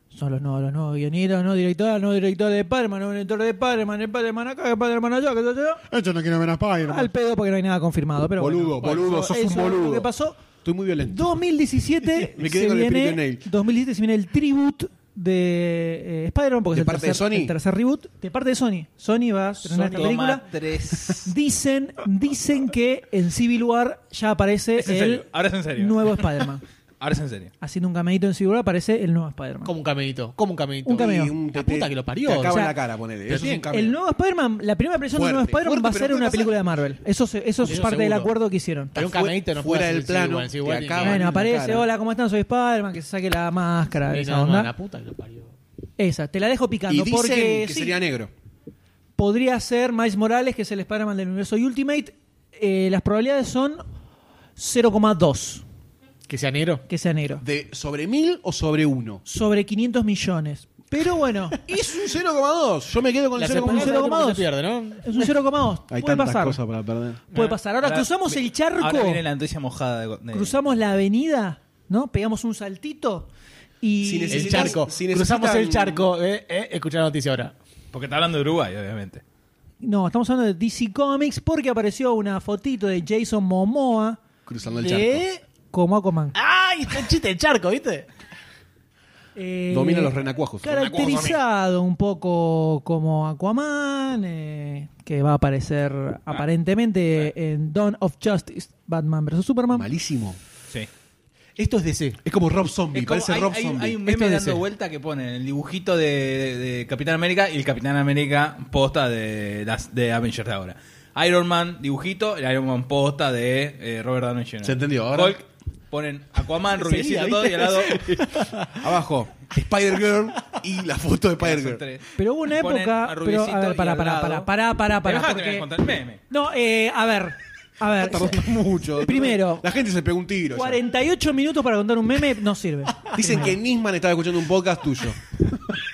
son los nuevos, los nuevos guionistas, no director, no director de Spider-Man, no director de Spider-Man, el Spider-Man acá, el Spider-Man allá, que yo, yo, yo. Yo no quiero ver a Spider-Man. Al pedo porque no hay nada confirmado. Pero bueno, Boludo, bueno, boludo, eso- sos un eso es lo boludo. que pasó. Estoy muy violento. 2017 (laughs) Me quedé se con el viene, Spirit Nail. 2017 se viene el tribute de eh, Spider-Man porque ¿De es el parte de tercer, Sony? el tercer reboot de parte de Sony. Sony va a estrenar esta película. (laughs) tres. Dicen, dicen que en Civil War ya aparece Es en el serio, ahora es en serio. nuevo Spider-Man. Ahora es en serio. Haciendo un cameito en Civil War aparece el nuevo Spider-Man. Como un cameito. Como un cameito. Un cameo. Y un La te- puta que lo parió. Te acaba O sea, en la cara, ponele. pero Eso es tiene- un cambio. El nuevo Spider-Man, la primera aparición del nuevo Fuerte, Spider-Man va a fuerte, ser pero en una puede película pasar. de Marvel. Eso, se- eso es Eso parte del seguro. acuerdo que hicieron. Pero un Fue- cameito no fuera puede del ser plano, igual, sí, te igual, ni- acaban en Bueno, la aparece, cara. hola, ¿cómo están? Soy Spider-Man, que se saque la máscara. Y esa no, onda. no, La puta que lo parió. Esa, te la dejo picando. Y dicen porque que sí, sería negro. podría ser Miles Morales, que es el Spider-Man del universo Ultimate. Eh, las probabilidades son 0,2 Que sea negro. que sea negro. ¿De sobre mil o sobre uno? Sobre 500 millones. Pero (laughs) bueno, Es un 0,2. Yo me quedo con La el 0,2. segunda cero coma no dos. se pierde, ¿no? es un 0,2. Hay Puede tantas pasar. cosas para perder. Puede pasar. Ahora, cruzamos vi- el charco. Ahora viene la noticia mojada. de- de- Cruzamos la avenida, ¿no? Pegamos un saltito y... Si El necesitas- charco. si necesitan- Cruzamos el charco. Eh, eh, escuchá la noticia ahora. Porque está hablando de Uruguay, obviamente. No, estamos hablando de DC Comics porque apareció una fotito de Jason Momoa Cruzando el Eh, de... como Aquaman. ¡Ay! Está el chiste del charco, ¿viste? Eh, Domina los renacuajos. Caracterizado un poco como Aquaman, eh, que va a aparecer Ah, aparentemente en Dawn of Justice, Batman vs. Superman. Malísimo. Sí. Esto es DC. Es como Rob Zombie, Es como- parece hay, Rob hay- Zombie. Este hay un Esto meme es dando DC. vuelta que pone el dibujito de, de- de Capitán América y el Capitán América posta de, las, de Avengers de ahora. Iron Man, dibujito, el Iron Man posta de eh, Robert Downey Jr. ¿Se entendió ahora? Hulk, ponen (laughs) Aquaman, rubiecito Seguía, todo y al lado... Abajo, Spider-Girl y la foto de Son Spider-Girl. tres. Pero hubo una Ponen época. a Pero, Rubiecito a ver, y pará, al pará, lado- pará, pará, pará, pará, Dejate de porque- contar el meme. No, eh, a ver. A ver. eh, Tardaste mucho. Primero. La gente se pegó un tiro. ya. 48 minutos para contar un meme no sirve. Dicen que Nisman estaba escuchando un podcast (laughs) tuyo.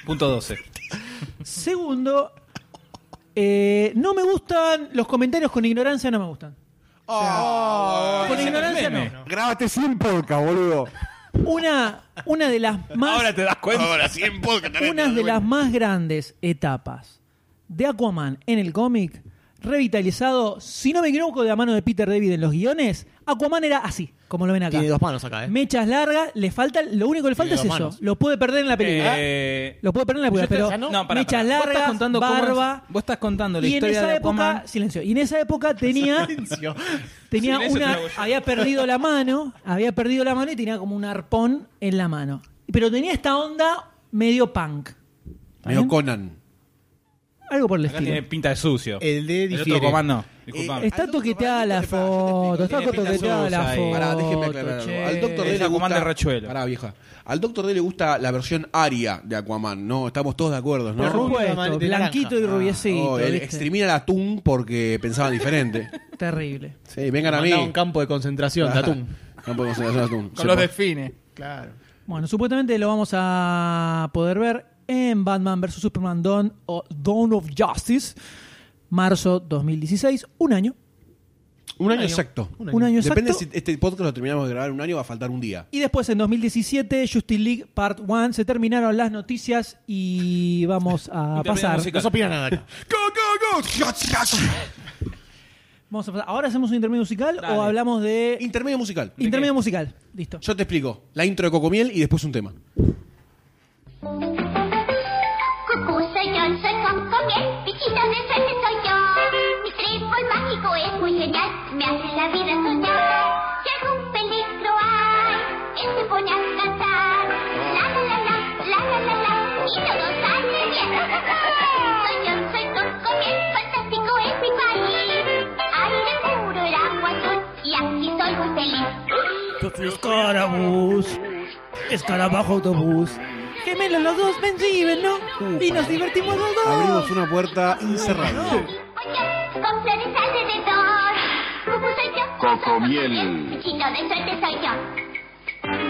Punto 12. Segundo, eh, no me gustan los comentarios con ignorancia, no me gustan. con ignorancia meme. no. Ah, Grábate 100 podcast, boludo. Una, una de las más Ahora te das cuenta. Ahora sí, en podcast. también. una de las más grandes etapas de Aquaman en el cómic, revitalizado, si no me equivoco, de la mano de Peter David en los guiones, Aquaman era así, como lo ven acá. Tiene dos manos acá, ¿eh? Mechas largas, le falta, lo único que le falta Tiene es dos eso. manos. Lo puede perder en la película. Eh, Lo puede perder en la película, te- pero ya no- pará, mechas pará. Vos estás largas, contando cómo es- barba. vos estás contando la y en historia esa de época, Aquaman. silencio, y en esa (laughs) época tenía tenía Silencio, te una lo hago yo. había perdido la mano, había perdido la mano y tenía como un arpón en la mano. Pero tenía esta onda medio punk. ¿Está Medio bien? Conan. Algo por el Acá tiene estilo. pinta de sucio. El de El difiere. otro Eh, Aquaman no. Disculpame. Está Al doctor- toqueteada la pará, yo te explico, foto, está tiene pinta toqueteada la sucia ahí. foto. Pará, déjeme aclarar algo. che. Al Doctor D Es le Aquaman gusta... de Rachuelo. Pará, vieja. Al Doctor D le gusta la versión aria de Aquaman, ¿no? Estamos todos de acuerdo, Por ¿no? Rubio, de supuesto, naranja. blanquito y Ah, rubiecito. Oh, el ¿viste? extermina el atún porque (laughs) pensaban diferente. Terrible. Sí, vengan a mí. Mandaba un campo de concentración, Claro. Tatum. (laughs) No podemos hacer atún. Se Con los puede. delfines. Claro. Bueno, supuestamente lo vamos a poder ver en Batman vs. Superman Dawn, o Dawn of Justice, marzo 2016, un año. Un año exacto. Un año, exacto. Depende si este podcast lo terminamos de grabar en un año, va a faltar un día. Y después en 2017, Justice League Part 1, se terminaron las noticias y vamos a pasar. musical. No se opina nada acá. ¡Go, go, go! Vamos a pasar. Ahora hacemos un intermedio musical Dale. o hablamos de... Intermedio musical. Intermedio musical, listo. Yo te explico. La intro de Cocomiel y después un tema. Cucú, soy yo, soy Concomiel, bichito de suerte soy yo. Mi trébol mágico es muy genial, me hace la vida soñar. Si algún peligro hay, él se pone a cantar. La la la la, la la la la, y todo sale bien. Soy yo, soy Concomiel, fantástico es mi país. Aire puro, el agua azul, y aquí soy muy feliz. Yo soy Escarabús. Escarabajo autobús. Gemelos los dos, ven, sí, ¿no? Y nos divertimos los dos. Abrimos una puerta incerrada. Con flores alrededor. Cucu soy yo. Cocomiel. Bichito de suerte soy yo.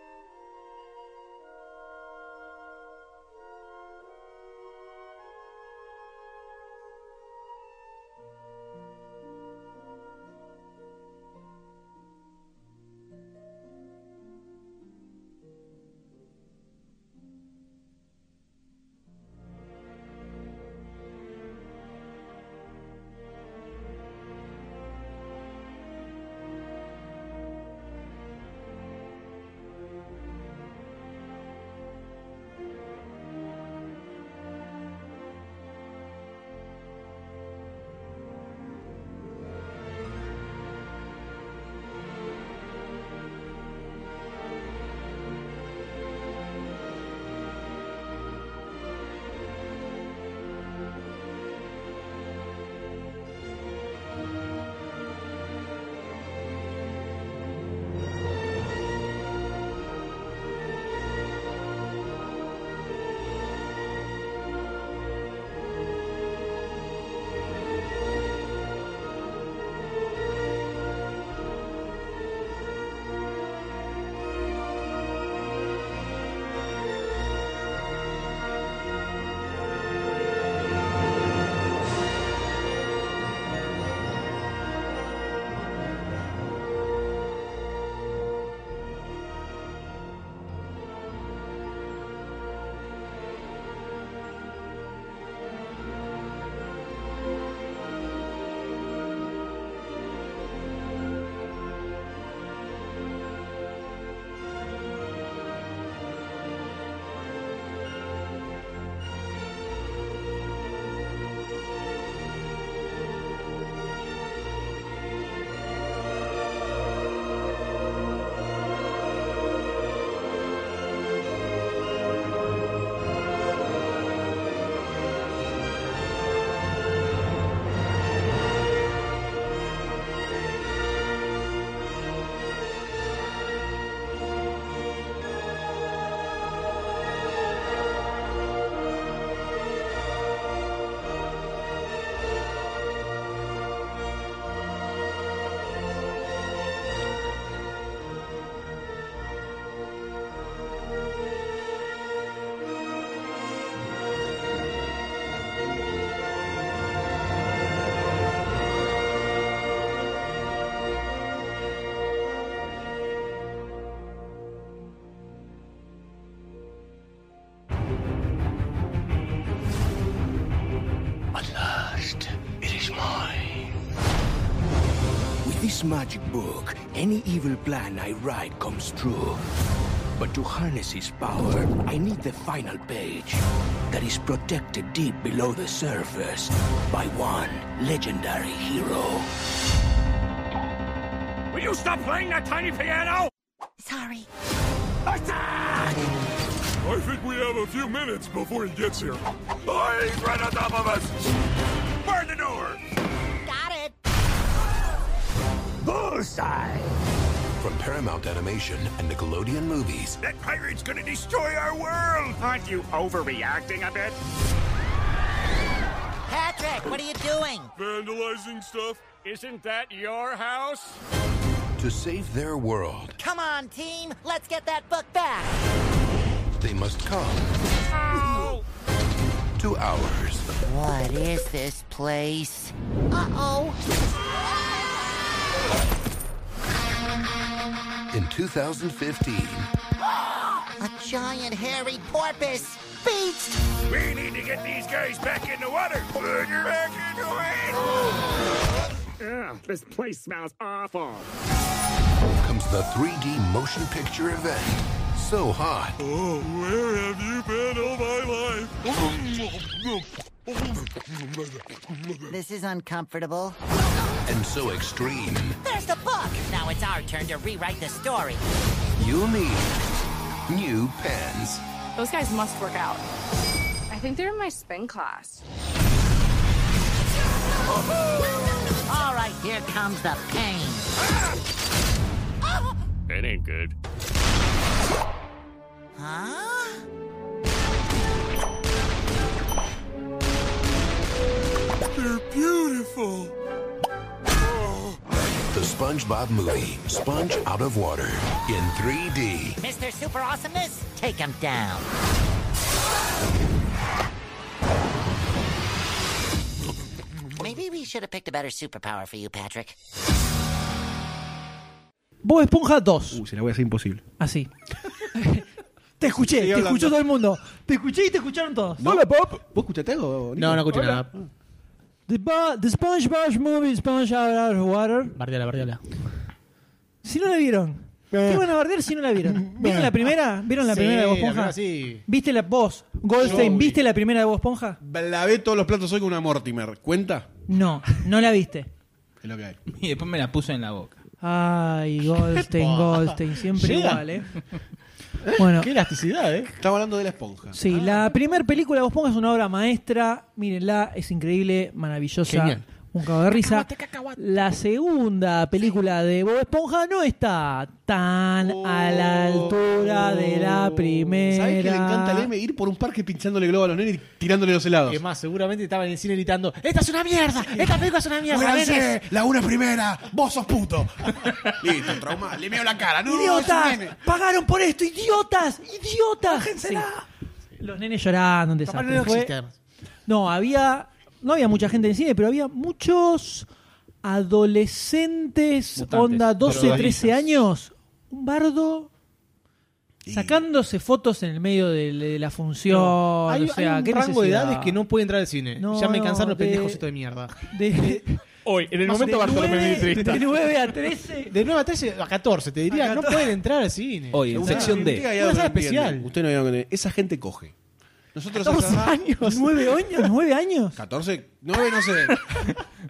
Cocomiel. this magic book, any evil plan I write comes true. But to harness his power, I need the final page that is protected deep below the surface by one legendary hero. Will you stop playing that tiny piano? Sorry. I think we have a few minutes before he gets here. Oh, he's right on top of us! Burn the door! Got it. Bullseye! From Paramount Animation and Nickelodeon Movies, That pirate's gonna destroy our world! Aren't you overreacting a bit? Patrick, what are you doing? Vandalizing stuff? Isn't that your house? to save their world, Come on, team, let's get that book back. they must come to ours. What is this place? Uh-oh. In 2015, A giant hairy porpoise. Beast! We need to get these guys back in the water! Put your back into Ugh, this place smells awful. comes the 3D motion picture event. So hot, This is uncomfortable. and so extreme, There's the book! Now it's our turn to rewrite the story. you'll need new pens, Those guys must work out. I think they're in my spin class. All right, here comes the pain. That ain't good. Huh? the SpongeBob movie, Sponge Out of Water, in 3D. Mr. Super Awesomeness, take him down. Maybe we should have picked a better superpower for you, Patrick. Bob Esponja 2. Uh, se la voy a hacer imposible. Así. (laughs) te escuché, te hablando. escuchó todo el mundo. Te escuché y te escucharon todos. Hola, Pop. ¿Vos escuchaste algo? Nico? No, no escuché Hola. nada. The, Bo- the SpongeBob Movie, Sponge Out of Water. Bardeala, bardeala. Si no la vieron. ¿Qué van a bardear si no la (laughs) vieron? ¿Vieron la primera? ¿Vieron la Eh. Sí, primera de la Bob Esponja? primera sí. ¿Viste la voz? Goldstein, Yo vi. ¿viste la primera de Bob Esponja? Lavé todos los platos hoy con una Mortimer. ¿Cuenta? No, no la viste. Es lo que hay. Y después me la puso en la boca. Ay, Goldstein, Goldstein, siempre Llega. igual, ¿eh? Bueno, Qué elasticidad, ¿eh? Estaba hablando de la esponja. sí, la primera película de Bob Esponja es una obra maestra. Mírenla, es increíble, maravillosa. Genial. Un cago de risa. La segunda película de Bob Esponja no está tan a la altura de la primera. ¿Sabes Oh. que le encanta al M ir por un parque pinchándole globo a los nenes y tirándole los helados? Que más, seguramente estaban en el cine gritando: ¡Esta es una mierda! ¡Esta película es una mierda! nenes". ¡Muéranse! ¡La una es primera! ¡Vos sos puto! (laughs) Listo, trauma. Le meo la cara. ¡No, es ¡Idiotas! un nene. ¡Pagaron por esto! ¡Idiotas! ¡Idiotas! Sí. Los nenes llorando, un Capaz desastre. no Fue- existe, además. No, había. No había mucha gente en cine, pero había muchos adolescentes, Mutantes, onda 12, 13 drogadictos. años. Un bardo. Sacándose fotos en el medio de, de la función. hay, o sea, hay un ¿qué rango de necesidad? edades que no puede entrar al cine. No, ya me no, cansaron los de- pendejos estos de mierda. De, Hoy, (laughs) en el de nueve- De 9 a 13. De 9 a 13 a 14, te diría, no pueden entrar al cine. Hoy, en Según sección la D. Una identidad, ya sala lo entienden. especial. Usted no vieron que esa gente coge. Nosotros a Dos esa edad- años. 9 años, 9 años. 14, 9, no sé.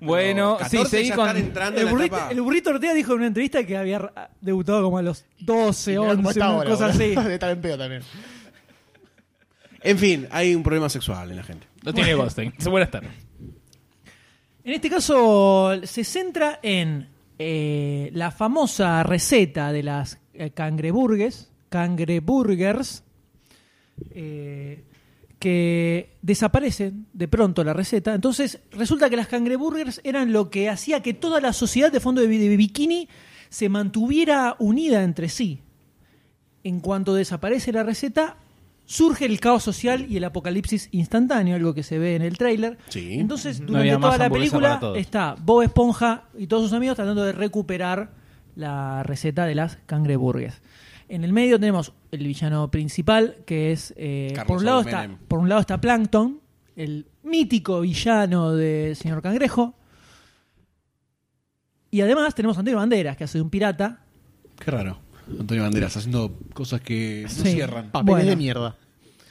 Bueno, Pero sí, 14 seguí ya con. están entrando El en la burrito, etapa. el burrito Ortega dijo en una entrevista que había ra- debutado como a los 12, 11, una cosa así. (laughs) Está bien pedo también. En fin, hay un problema sexual en la gente. No tiene Goldstein. Buenas tardes. En este caso se centra en eh, la famosa receta de las eh, cangreburgues, cangreburgers, eh, que desaparecen de pronto la receta. Entonces resulta que las cangreburgers eran lo que hacía que toda la sociedad de fondo de, bi- de bikini se mantuviera unida entre sí. En cuanto desaparece la receta, surge el caos social y el apocalipsis instantáneo, algo que se ve en el tráiler. Sí. Entonces, No durante había más toda la hamburguesa película para todos. está Bob Esponja y todos sus amigos tratando de recuperar la receta de las cangreburgues. En el medio tenemos el villano principal, que es. eh, Carlos por, un lado Saúl está, Menem. por un lado está Plankton, el mítico villano de Señor Cangrejo. Y además tenemos a Antonio Banderas, que hace de un pirata. Qué raro. Antonio Banderas haciendo cosas que no Sí. cierran. Papeles Bueno. de mierda.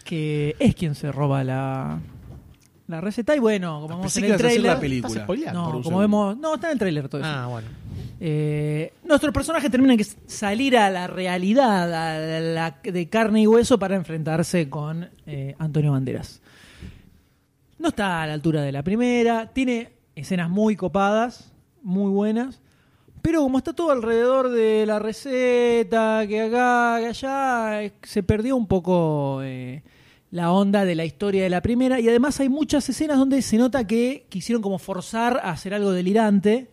que es quien se roba la, la receta. Y bueno, como vemos Pensé en el que ibas a hacer trailer. la película. Estás spoileando No, por como un segundo. vemos. No, está en el trailer todo eso. Ah, bueno. Eh, nuestros personajes terminan que s- salir a la realidad, a la, de carne y hueso, para enfrentarse con eh, Antonio Banderas. No está a la altura de la primera, tiene escenas muy copadas, muy buenas, pero como está todo alrededor de la receta, que acá, que allá, eh, se perdió un poco eh, la onda de la historia de la primera, y además hay muchas escenas donde se nota que quisieron como forzar a hacer algo delirante.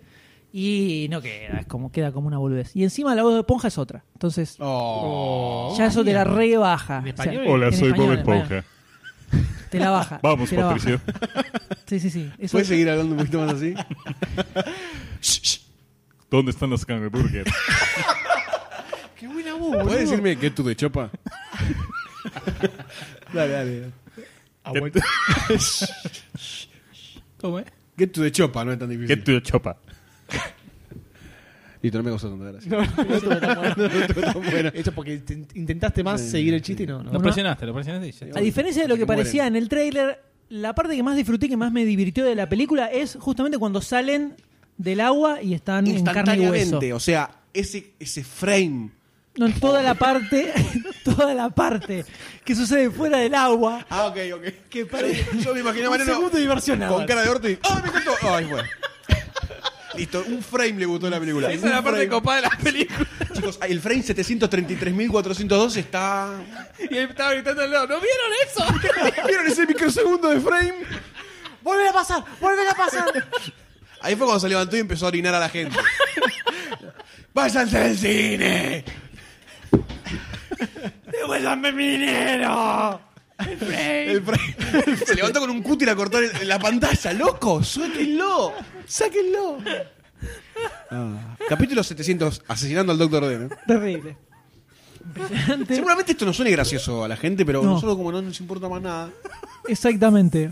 Y no queda, es como, queda como una boludez. Y encima la voz de Ponja es otra. Entonces, Oh. ya eso te la rebaja. ¿En O sea, español? en Hola, soy español, Bob en español. Esponja. Te la baja. Vamos, te la baja. Patricio. (laughs) Sí, sí, sí. Eso ¿Puedes seguir hablando un poquito más así? ¿Dónde están (laughs) las cangreburgers? Qué buena voz, boludo. ¿Puedes decirme que tú de chopa? dale, dale. dale. Ha vuelto- ¿Cómo es? Get to the chopa, no es tan difícil. Get to the chopa. Listo, no me costó tanta (laughs) gracia. No, no, no, no, no, no, estuvo tan bueno. Eso porque intent- intentaste más Sí, seguir el chiste y no. no. Lo presionaste, lo presionaste. y ya está. A diferencia de lo que Mueren. parecía en el tráiler, la parte que más disfruté, que más me divirtió de la película es justamente cuando salen del agua y están en carne y hueso. Instantáneamente, o sea, ese, ese frame. No, en toda la parte, (laughs) toda la parte que sucede fuera del agua. Ah, ok, ok. Que pare- (laughs) Yo me imaginé a Un Mariano segundo diversionado. Con cara de orto y. ¡Ah, me encantó! ¡Ay, bueno! Listo, un frame le gustó la película. Esa es la Un parte frame. copada de la película. Chicos, el frame 733.402 está. Y él estaba gritando al lado, ¿no vieron eso? (laughs) ¿Vieron ese microsegundo de frame? ¡Vuelve a pasar! ¡Vuelve a (laughs) pasar! Ahí fue cuando se levantó y empezó a orinar a la gente. ¡Váyanse del cine! ¡Devuélvanme mi dinero! El frame. Se levantó con un cútil a cortar el- la pantalla. ¡Loco! ¡Suéltenlo! ¡Sáquenlo! Ah, Capítulo 700, asesinando al Doctor D, ¿no? Terrible. Brillante. Seguramente esto no suene gracioso a la gente, pero No. nosotros como no nos importa más nada. Exactamente.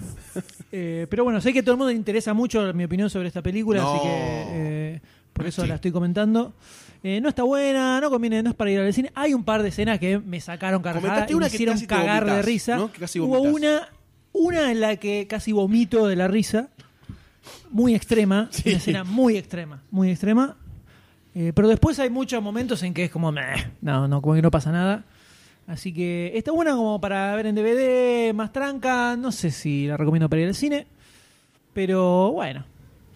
Eh, pero bueno, sé que a todo el mundo le interesa mucho mi opinión sobre esta película, No. así que eh, por eso la estoy comentando. Eh, no está buena, no conviene, no es para ir al cine. Hay un par de escenas que me sacaron cargadas Comentaste y me una que hicieron casi te cagar de vomitas, risa. ¿no? Que casi Hubo vomitas. una, una en la que casi vomito de la risa. Muy extrema, una escena muy extrema, muy extrema. Eh, pero después hay muchos momentos en que es como, "Meh", no, no, como que no pasa nada. Así que está buena como para ver en DVD, más tranca. No sé si la recomiendo para ir al cine. Pero bueno,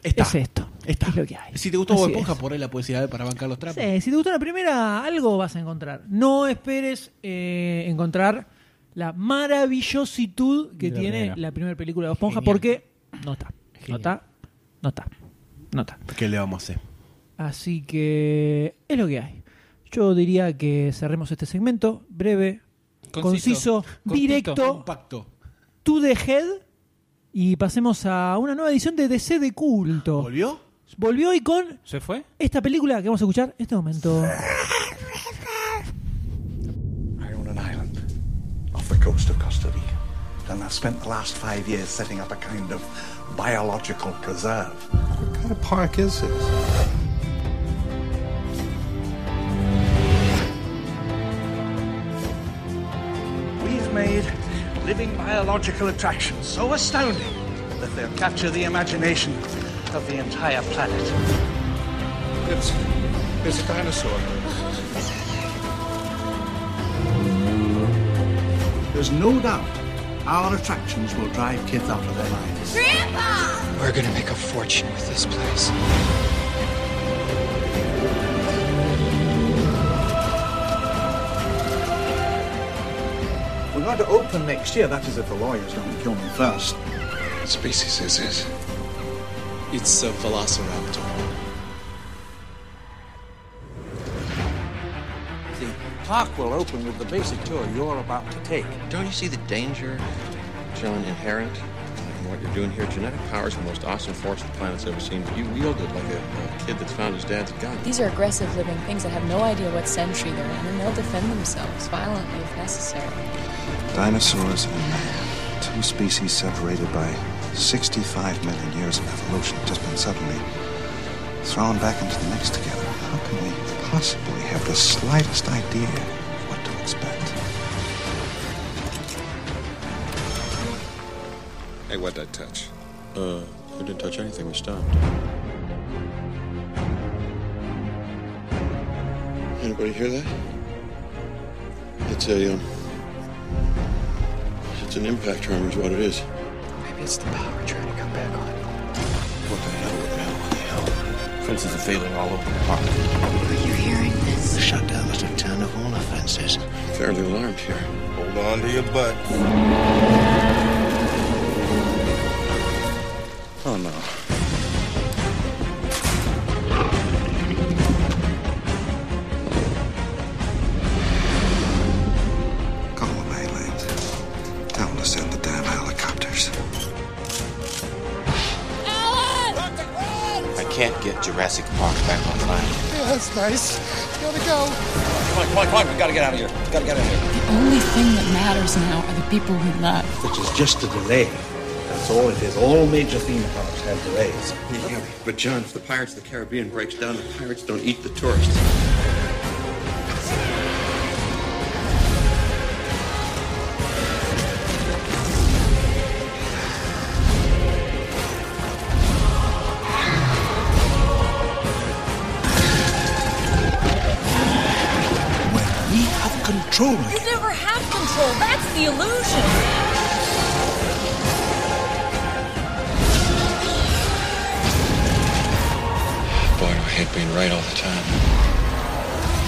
Está. es esto. Está. Es lo que hay. Si te gustó Así Bob Esponja, es. por ahí la puedes ir a ver para bancar los trapos. Sí, si te gustó la primera, algo vas a encontrar. No esperes eh, encontrar la maravillositud que De la tiene primera. la primera película de Bob Esponja Genial. porque no está. No Genial. está. No está. No está. ¿Qué le vamos a hacer? Así que es lo que hay. Yo diría que cerremos este segmento breve, conciso, Conciso, directo, Compacto. to the head y pasemos a una nueva edición de DC de culto. ¿Volvió? Volvió y con ¿Se fue? esta película que vamos a escuchar en este momento. I own an island off the coast of Costa Rica, and I've spent the last five years setting up a kind of biological preserve. What kind of park is this? We've made living biological attractions so astounding that they'll capture the imagination of the entire planet. It's, it's a dinosaur. There's no doubt our attractions will drive kids out of their minds. We're gonna make a fortune with this place. We're going to open next year, that is if the lawyers don't kill me first. What species is it? It's a velociraptor. The park will open with the basic tour you're about to take. Don't you see the danger, John, inherent in what you're doing here? Genetic power is the most awesome force the planet's ever seen. You wield it like a, a kid that's found his dad's gun. These are aggressive living things that have no idea what century they're in, and they'll defend themselves violently if necessary. Dinosaurs and man, two species separated by 65 million years of evolution, just been suddenly thrown back into the mix together. How can we possibly have the slightest idea what to expect? Hey, what'd I touch? Uh, I didn't touch anything. We stopped. Anybody hear that? It's a, um, it's an impact armor is what it is. Maybe it's the power trying to come back on. What the hell, what the hell, what the hell? Fences are failing all over the park. Are you hearing this? The shutdown must have turned off all offenses. Fairly alarmed here. Hold on to your butt. Oh no. Call the mainland. Tell them to send the damn helicopters. I can't get Jurassic Park back online. Yeah, that's nice. Gotta go. Come on, come on, come on. We gotta get out of here. We gotta get out of here. The only thing that matters now are the people we love. Which is just a delay. That's all it is. All major theme parks have delays. Yeah, but John, if the Pirates of the Caribbean breaks down, the pirates don't eat the tourists. We have control. You never have control. That's the illusion. Boy, do I hate being right all the time.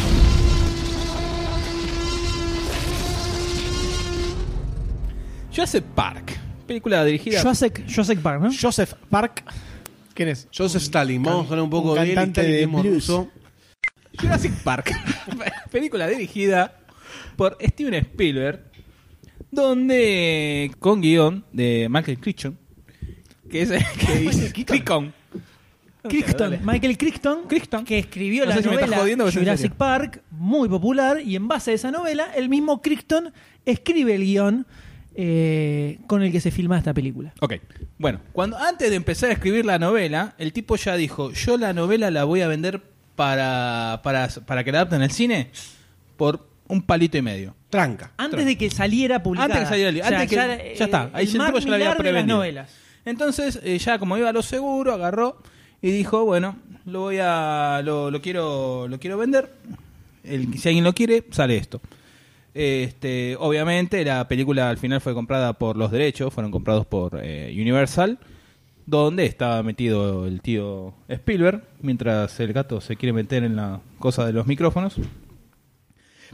Jurassic Park. Película dirigida. Jurassic, Jurassic Park, ¿no? Joseph Park. ¿Quién es? Joseph Stalin. Vamos a hablar un poco de él y cantante de tenemos blues. ruso. Jurassic Park. (laughs) película dirigida por Steven Spielberg, donde con guión de Michael Crichton, que es que dice Crichton. Crichton, dale. Michael Crichton, que escribió No la sé si me estás novela jodiendo, pero es en Jurassic serio. Park, muy popular, y en base a esa novela, el mismo Crichton escribe el guión eh, con el que se filma esta película. Ok. Bueno, cuando antes de empezar a escribir la novela, el tipo ya dijo, yo la novela la voy a vender para, para, para que la adapten al cine por un palito y medio. Tranca. Antes de que saliera publicada. Antes de que saliera el libro. O sea, Antes que- ya, ya, eh, está. Ahí el el tipo Mark ya lo había Millar de las prevenido. novelas. Entonces, eh, ya como iba a lo seguro, agarró y dijo, bueno, lo voy a lo, lo quiero lo quiero vender. El, si alguien lo quiere, sale esto. Este, obviamente la película al final fue comprada por los derechos, fueron comprados por eh, Universal, donde estaba metido el tío Spielberg, mientras el gato se quiere meter en la cosa de los micrófonos.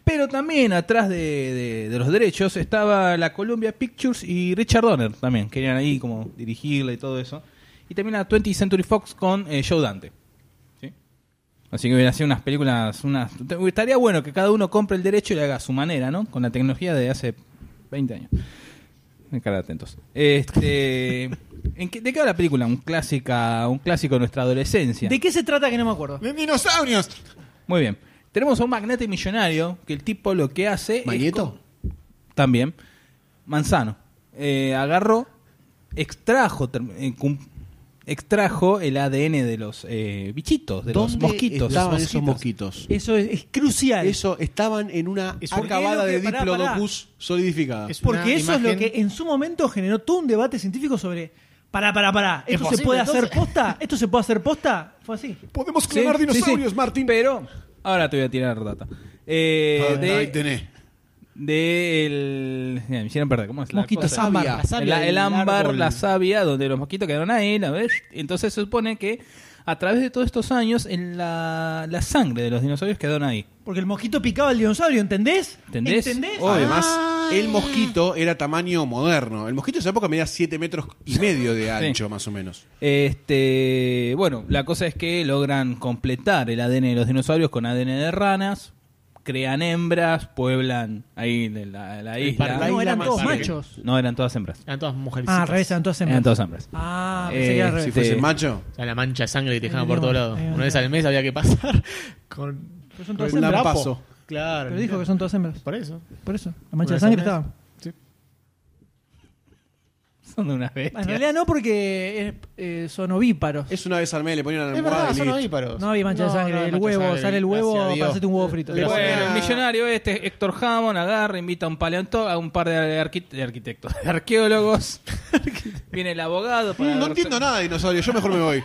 Pero también atrás de, de- de los derechos estaba la Columbia Pictures y Richard Donner también. Querían ahí como dirigirla y todo eso. Y también la 20th Century Fox con eh, Joe Dante. ¿Sí? Así que hubiera sido unas películas... Unas... Estaría bueno que cada uno compre el derecho y le haga a su manera, ¿no? Con la tecnología de hace 20 años. Me cara de atentos. (laughs) Este, ¿en qué- ¿De qué va la película? Un, clásica, un clásico de nuestra adolescencia. ¿De qué se trata que no me acuerdo? ¡De dinosaurios! Muy bien. Tenemos a un magnate millonario que el tipo lo que hace. ¿Magneto? También. Manzano. Eh, agarró, extrajo, term- eh, cum- extrajo el ADN de los eh, bichitos, de los ¿Dónde mosquitos. estaban Los esos mosquitos? Eso es, es crucial. Eso estaban en una Es un- acabada es de lo que- pará, Diplodocus solidificada. Es Porque eso es lo que en su momento generó todo un debate científico sobre. Pará, pará, pará. ¿Es ¿Esto se posible, puede entonces? hacer (laughs) posta? ¿Esto se puede hacer posta? Fue así. Podemos Sí, sí, sí. Pero ahora te voy a tirar data. Eh, Ah, de, ahí tenés. De el. mira, me hicieron perder. ¿Cómo es? la Mosquitos, cosa? ámbar, la savia El- el del ámbar, árbol. la savia, donde los mosquitos quedaron ahí, ¿la ves? Entonces se supone que a través de todos estos años, en la, la sangre de los dinosaurios quedaron ahí. Porque el mosquito picaba al dinosaurio, ¿entendés? ¿Entendés? Además, el mosquito era tamaño moderno. El mosquito en esa época medía 7 metros y medio de ancho, más o menos. Este, bueno, la cosa es que logran completar el ADN de los dinosaurios con ADN de ranas, crean hembras, pueblan ahí de la, la El isla. parque. No, eran todos Parque. machos. No, eran todas hembras. Eran todas mujeres. Ah, al revés, eran todas hembras. Eran todas hembras. Ah, pensé que era al revés. Si fuese macho. O sea, la mancha de sangre que te dejaban Ahí por todos tenemos, lados. ahí Una vez al mes había que pasar (laughs) con. Pero son todas con un hembras. trapo. Paso. Claro. Pero dijo que son todas hembras. Por eso. Por eso. La mancha Una de vez sangre al mes. estaba. Son de unas bestias. En realidad no, porque eh, eh, son ovíparos. Es una vez al mes, le ponían una Es almohada verdad, y son listo. ovíparos. No había mancha de sangre, el huevo, sale el huevo, parecete un huevo frito. Bueno, el millonario este, Héctor Hammond, agarra, invita a un paleontólogo, a un par de, arqui- de arquitectos, de (laughs) arqueólogos. Viene el abogado para... No entiendo nada de dinosaurios, yo mejor me voy.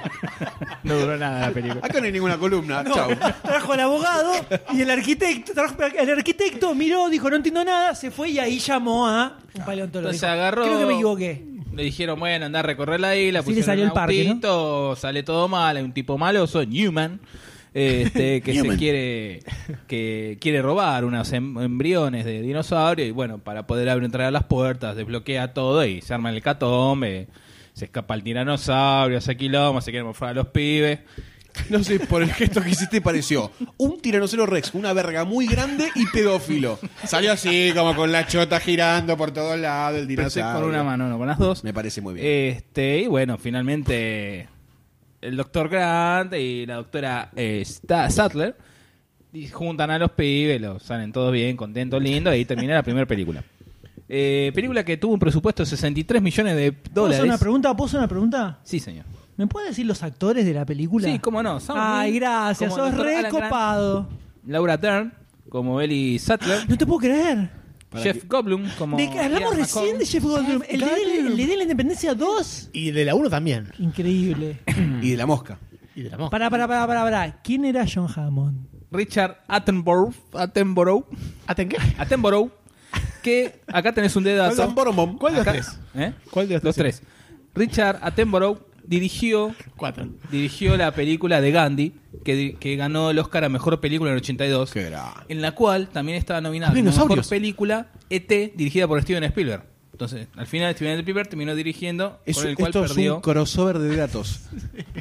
No duró nada la película. Acá no hay ninguna columna, No, chau. trajo al abogado y el arquitecto, trajo- el arquitecto miró, dijo no entiendo nada, se fue y ahí llamó a un paleontólogo. Entonces Dijo, agarró- Creo que me equivoqué. Le dijeron, bueno, andá a recorrer la isla, Sí, le pusieron salió un el parque, ¿no? autito, sale todo mal, hay un tipo maloso, Newman, este, que se Newman. quiere, que quiere robar unos em- embriones de dinosaurio, y bueno, para poder abrir entrar a las puertas, desbloquea todo y se arma el catombe, se escapa el tiranosaurio, hace quilombo, se quiere mofar a los pibes. No sé, por el gesto que hiciste pareció un tiranocero rex, una verga muy grande y pedófilo. Salió así, como con la chota girando por todos lados, el Pensé dinosaurio. con una mano, no con las dos. Me parece muy bien. Este, y bueno, finalmente el doctor Grant y la doctora eh, Sta- Sattler y juntan a los pibes, los salen todos bien, contentos, lindos, y termina la primera película. Eh, película que tuvo un presupuesto de 63 millones de ¿Puedo hacer una dólares. pregunta? ¿Puedo hacer una pregunta? Sí, señor. ¿Me puedes decir los actores de la película? Sí, cómo no. son Ay, muy- gracias, como sos Dr. Alan Grant, recopado. Laura Dern como Ellie (gasps) Sattler. No te puedo creer. Jeff Goldblum como... De que hablamos Ian recién McCall. de Jeff Goldblum. El de- el de la Independencia 2. Y de la 1 también. Increíble. Y de la mosca. Y de la mosca. Pará, pará, pará, pará, pará. ¿Quién era John Hammond? Richard Attenborough. Attenborough. Attenborough. Que acá tenés un dedazo. ¿Cuál de los Acá- tres? ¿Eh? ¿Cuál de los, Los tres. Richard Attenborough dirigió, Cuatro. dirigió la película de Gandhi, que, di- que ganó el Oscar a Mejor Película en el 82. En la cual también estaba nominada como Mejor Dinosaurios. Película ET, dirigida por Steven Spielberg. Entonces, al final Steven Spielberg terminó dirigiendo, Es- con el cual esto es perdió. un crossover de datos.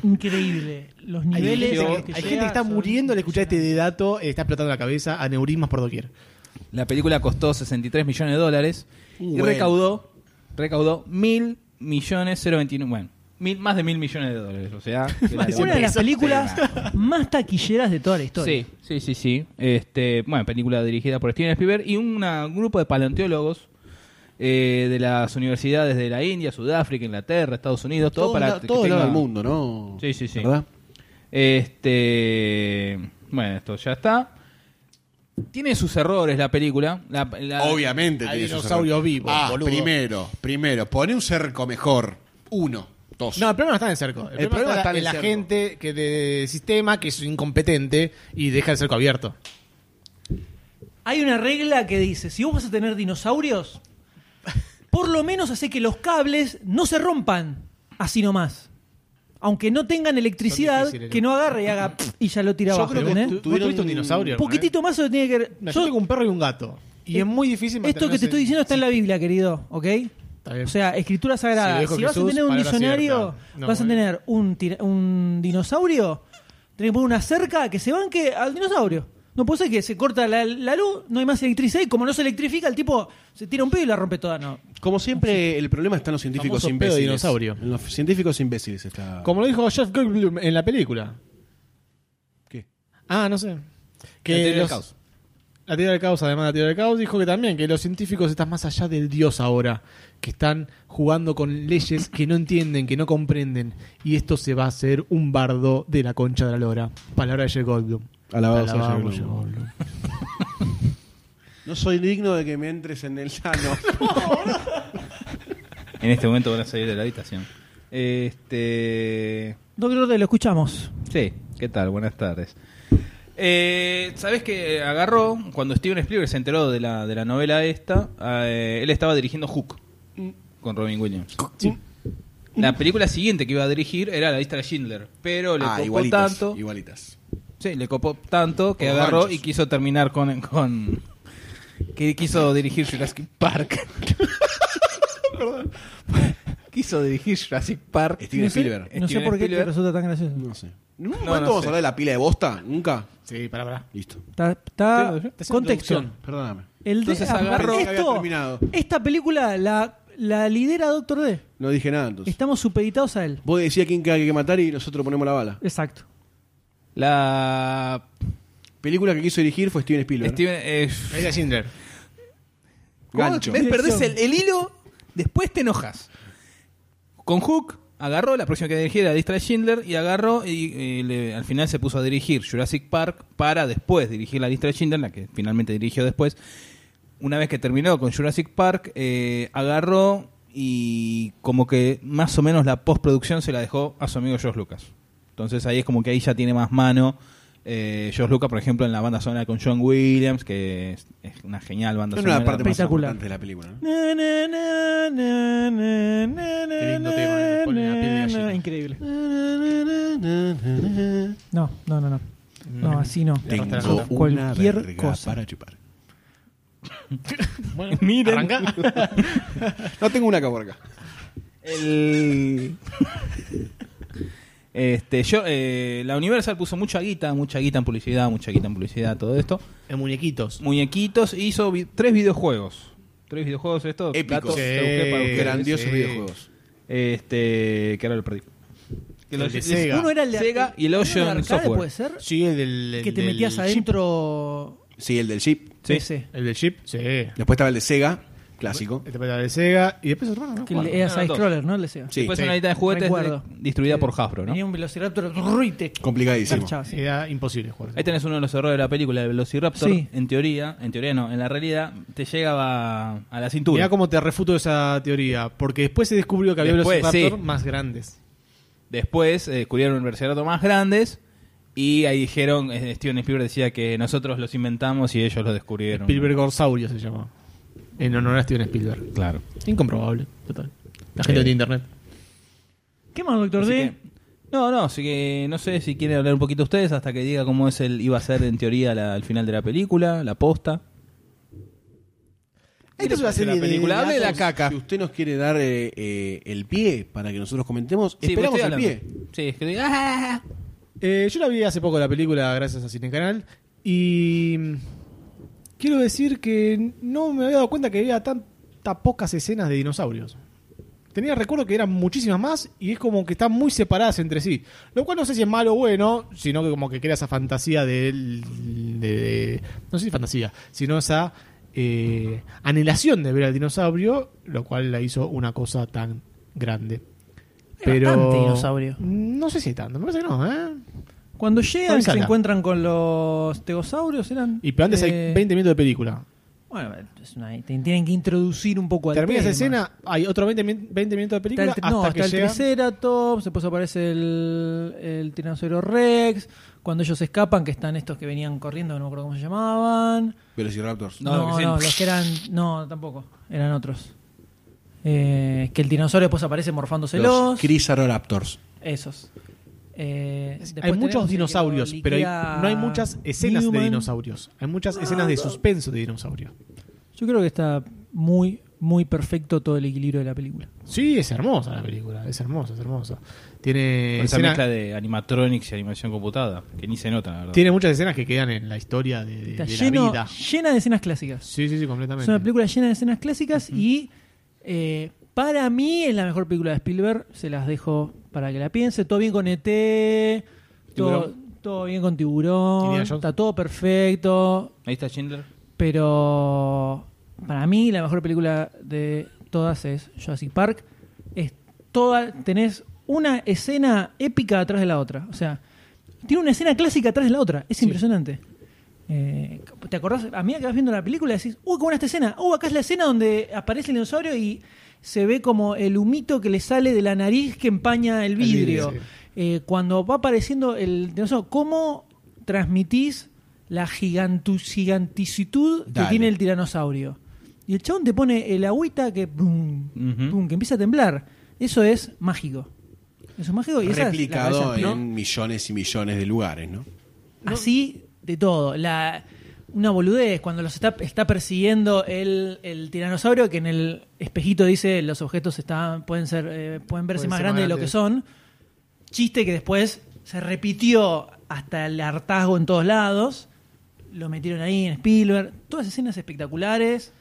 Increíble. Los Hay, niveles. gente- a los hay que gente llega que está son- muriendo al escuchar este de dato, eh, está explotando la cabeza, aneurismas por doquier. La película costó 63 millones de dólares y Bueno. recaudó, recaudó mil millones 029, bueno, mil, más de mil millones de dólares, o sea, que la- Una de las películas más taquilleras de toda la historia. Sí, sí, sí, sí. Este, bueno, película dirigida por Steven Spielberg y una- un grupo de paleontólogos eh, de las universidades de la India, Sudáfrica, Inglaterra, Estados Unidos, todo, Todo para la- que todo el tenga- lado del mundo, ¿no? Sí, sí, sí. ¿Verdad? Este, bueno, esto ya está. Tiene sus errores la película. La- la- Obviamente. tiene sus errores. Ah, primero, primero. Pone un cerco mejor. Uno, dos. No, el problema no está en el cerco. El, problema, El problema está, está en en la el cerco. gente que de sistema que es incompetente y deja el cerco abierto. Hay una regla que dice: si vos vas a tener dinosaurios, por lo menos hace que los cables no se rompan así nomás. Aunque no tengan electricidad, difíciles, que no agarre y haga pff, y ya lo tira abajo. ¿entendés? ¿Vos tuviste un dinosaurio? eh? Un poquitito más o tiene que ver. Yo tengo un perro y un gato. Y es muy difícil Esto que te mantenerse- estoy diciendo está en la Biblia, querido, ¿ok? O sea, escritura Si lo sagrada. dijo Si, vas a Jesús, tener un palabra diccionario, cierta. No, vas a muy tener un, tira- un dinosaurio, tenés que poner una cerca que se banque al dinosaurio. No puede ser que se corta la, la luz, no hay más electricidad y como no se electrifica, el tipo se tira un pedo y la rompe toda. No. Como siempre, el problema está en los científicos Famoso pedo imbéciles. dinosaurio. En los científicos imbéciles está. Como lo dijo Jeff Goldblum en la película. ¿Qué? Ah, no sé. Que La teoría del los- caos. La teoría del caos, además de la teoría del caos, dijo que también que los científicos están más allá del Dios ahora, que están jugando con leyes que no entienden, que no comprenden, y esto se va a hacer un bardo de la concha de la lora. Palabra de Jeff Goldblum. Alabado sea Alabamos, Jeff Jeff Goldblum. Goldblum. No soy digno de que me entres en el (laughs) llano. En este momento van a salir de la habitación. Este. Doctor, te lo escuchamos. Sí, ¿qué tal? Buenas tardes. Eh, ¿Sabes que agarró? Cuando Steven Spielberg se enteró de la, de la novela esta, eh, él estaba dirigiendo Hook con Robin Williams. La película siguiente que iba a dirigir era La lista de Schindler, pero le Ah, copó igualitas, tanto. igualitas. Sí, le copó tanto que Como agarró ganchos. y quiso terminar con, con. que quiso dirigir Jurassic Park. (laughs) quiso dirigir Jurassic Park. Steven no sé, Spielberg. no sé Steven por qué te Spielberg. resulta tan gracioso. No sé. ¿Nunca No, no vamos sé. a hablar de la pila de bosta? ¿Nunca? Sí, pará, pará. Listo. Está, está- haciendo contexto. introducción, Perdóname. El de, Entonces ah, agarró- esto- Había terminado. esta película la, la lidera Doctor D. No dije nada entonces. Estamos supeditados a él. Vos decías quién que hay que matar y nosotros ponemos la bala. Exacto. La película que quiso dirigir fue Steven Spielberg. Steven. eh, Ella Schindler. ¿Cómo Gancho. ves? Perdés el, el hilo, después te enojas. Con Hook Agarró la próxima que dirigiera era Distra Schindler y agarró y, eh, le- al final se puso a dirigir Jurassic Park para después dirigir la Distra Schindler, la que finalmente dirigió después. Una vez que terminó con Jurassic Park, eh, agarró y como que más o menos la postproducción se la dejó a su amigo George Lucas. Entonces ahí es como que ahí ya tiene más mano. Eh, George Lucas, por ejemplo, en la banda sonora con John Williams, que es, es una genial banda Es sonora. una parte más importante de la película. ¿no? Na, na, na, na, na, na, na, lindo tema, ¿eh? me pone la piel de (laughs) na, gallina. na. Increíble. No, no, no, no. No, así no. Tengo Con una Cualquier verga cosa. para chupar. Bueno, Miren. (laughs) arranca. no tengo una acá por acá. El- (laughs) Este, yo, eh, la Universal puso mucha guita, mucha guita en publicidad, mucha guita en publicidad, todo esto. En muñequitos. Muñequitos hizo vi- tres videojuegos. Tres videojuegos estos. Épicos. datos Sí, que busqué Eh, para ustedes. grandiosos Sí. videojuegos. Este, que ahora lo perdí. Que El lo- de Sega. Uno era el de Sega y el ¿uno era Ocean de arcade, Software. puede ser? Sí, el del. Que te metías adentro. Sí, el del Jeep. Sí. Ese. El del chip, sí. Este Después estaba el de Sega, clásico. para el de Sega. Y después otro, ¿no? Que le- era side-scroller, ¿no? El de Sega. Sí. Después Sí. una guita de juguetes Recuerdo. de- distribuida por Hasbro, ¿no? Tenía un velociraptor ruite. Complicadísimo. Era imposible jugar. Ahí tenés uno de los errores de la película, el Velociraptor. Sí. En teoría, en teoría no, en la realidad te llegaba a la Mirá cintura. cómo te refuto esa teoría. Porque después se descubrió que había Después, velociraptor sí. más grandes. Después eh, descubrieron un velociraptor más grandes y ahí dijeron, eh, Steven Spielberg decía que nosotros los inventamos y ellos los descubrieron. Spielbergosaurio se llamaba. En honor a Steven Spielberg. Claro. Incomprobable, total. La gente Eh. no tiene internet. ¿Qué más, doctor Así D? que- no, no, así que no sé si quieren hablar un poquito ustedes hasta que diga cómo es el iba a ser en teoría la- el final de la película, la posta. Esta es una serie de película. Hable de la datos. caca. Si usted nos quiere dar eh, eh, el pie para que nosotros comentemos, Sí, esperamos el pues estoy pie. hablando. Sí, es que diga, "Ah". Eh, yo la vi hace poco la película gracias a Cine Canal y mm, quiero decir que no me había dado cuenta que había tantas pocas escenas de dinosaurios. Tenía recuerdo que eran muchísimas más y es como que están muy separadas entre sí. Lo cual no sé si es malo o bueno, sino que como que crea esa fantasía del- de... de- no sé si fantasía, sino esa eh, anhelación de ver al dinosaurio, lo cual la hizo una cosa tan grande. Hay Pero... bastante dinosaurio. No sé si hay tanto, me parece que no, ¿eh? Cuando llegan, Con se Sala. encuentran con los tegosaurios, ¿eran? Y pero antes Eh, hay 20 minutos de película. Bueno, es una- te tienen que introducir un poco al Termina esa tema. escena, hay otro 20, min- 20 minutos de Está película el, hasta no, que está el llega. Triceratops, después aparece el, el Tiranosaurio Rex. Cuando ellos escapan, que están estos que venían corriendo, no me acuerdo cómo se llamaban. Velociraptors. No, no, que sí. los que eran. No, tampoco. Eran otros. Eh, que el dinosaurio después aparece morfándoselos. Los Crisaroraptors. Esos. Eh, después Hay tenemos el muchos que dinosaurios, pero hay- liquea no hay muchas escenas Newman. de dinosaurios. Hay muchas escenas de suspenso de dinosaurios. Yo creo que está muy, muy perfecto todo el equilibrio de la película. Sí, es hermosa la película, es hermosa, es hermosa. Eh, Tiene, Con esa escena- mezcla de animatronics y animación computada, que ni se nota, la verdad. tiene muchas escenas que quedan en la historia de, de- Está de lleno- la vida. llena de escenas clásicas. Sí, sí, sí, completamente. Es una película llena de escenas clásicas y eh, para mí es la mejor película de Spielberg. Se las dejo para que la piense. Todo bien con ET, todo, Tiburón. todo bien con Indiana Tiburón, Jones. está todo perfecto. Ahí está Schindler. Pero para mí la mejor película de todas es Jurassic Park. Es toda, tenés una escena épica atrás de la otra. O sea, tiene una escena clásica atrás de la otra. Es impresionante. Eh, ¿Te acordás? A mí que vas viendo la película decís, uy, qué buena esta escena. Uh, acá es la escena donde aparece el dinosaurio y se ve como el humito que le sale de la nariz que empaña el vidrio. vidrio, sí. Eh, cuando va apareciendo el dinosaurio, ¿cómo transmitís la gigantu- giganticitud que Dale. tiene el tiranosaurio? Y el chabón te pone el agüita que, brum, Ujú. brum, que empieza a temblar. Eso es mágico. Eso es mágico y esa es la Replicado cabeza de en Spielberg. millones y millones de lugares, ¿no? Así de todo. La, una boludez, cuando los está, está persiguiendo el, el tiranosaurio, que en el espejito dice los objetos están, pueden, ser, eh, pueden verse Pueden más ser grandes más de lo que grandes. son. Chiste que después se repitió hasta el hartazgo en todos lados. Lo metieron ahí en Spielberg. Todas escenas espectaculares.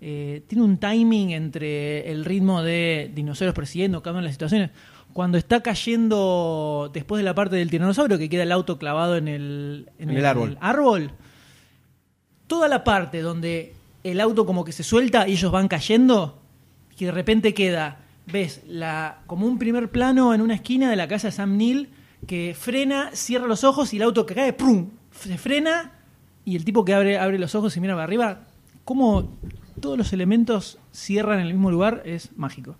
Eh, tiene un timing entre el ritmo de dinosaurios persiguiendo, cambian las situaciones. Cuando está cayendo después de la parte del tiranosaurio, que queda el auto clavado en el, En el árbol. árbol, toda la parte donde el auto como que se suelta y ellos van cayendo, que de repente queda ves la, como un primer plano en una esquina de la casa de Sam Neill que frena, cierra los ojos y el auto que cae, ¡prum! Se frena y el tipo que abre, abre los ojos y mira para arriba, cómo todos los elementos cierran en el mismo lugar es mágico.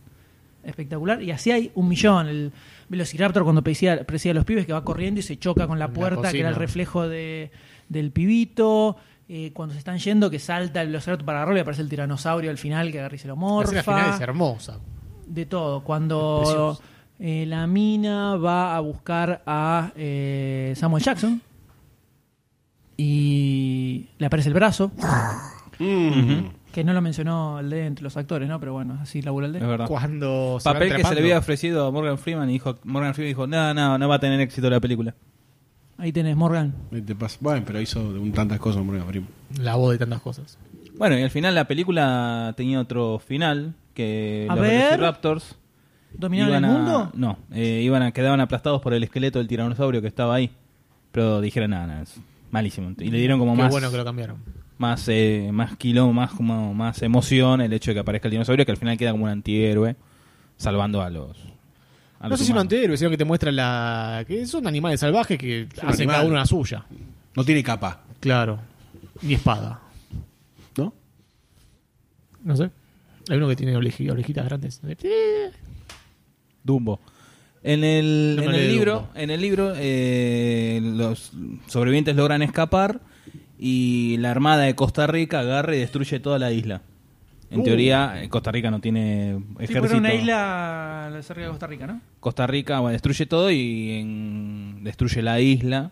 Espectacular. Y así hay un millón. El Velociraptor cuando persigue, persigue a los pibes que va corriendo y se choca con la puerta que era el cocina. reflejo de, del pibito. Eh, cuando se están yendo que salta el Velociraptor para agarrarlo y aparece el tiranosaurio al final que agarra y se lo La escena final es morfa. hermosa. De todo. Es Cuando precioso. eh, la mina va a buscar a eh, Samuel Jackson y le aparece el brazo. Mm. Ujú. Que no lo mencionó el de entre los actores, ¿no? Pero bueno, así labura el de. Es verdad. Cuando se Papel van que se le había trepando. ofrecido a Morgan Freeman y dijo, Morgan Freeman dijo, no, no, no va a tener éxito la película. Ahí tenés Morgan. Te pasa- Bueno, pero hizo de un tantas cosas Morgan Freeman. La voz de tantas cosas. Bueno, y al final la película tenía otro final, que A los ver. Velociraptors ¿Dominaron iban el a- mundo? No, eh, iban a, quedaban aplastados por el esqueleto del tiranosaurio que estaba ahí. Pero dijeron, nada, nada, es malísimo. Y le dieron como Qué más... bueno que lo cambiaron. Más, eh, más quilombo, más, como, más emoción el hecho de que aparezca el dinosaurio, que al final queda como un antihéroe, salvando a los... a No los sé si un humanos. anterior, sino que te muestra la. que son animales salvajes que Sí, hacen animal. cada uno la suya. No tiene capa. Claro. Ni espada. ¿No? No sé. Hay uno que tiene oreji- orejitas grandes. (laughs) Dumbo. En el, No me en el leí libro, Dumbo. en el libro eh, los sobrevivientes logran escapar y la Armada de Costa Rica agarra y destruye toda la isla. En Uh. teoría, eh, Costa Rica no tiene Tipo, ejército. era una isla cerca de Costa Rica, ¿no? Costa Rica bueno, destruye todo y en- destruye la isla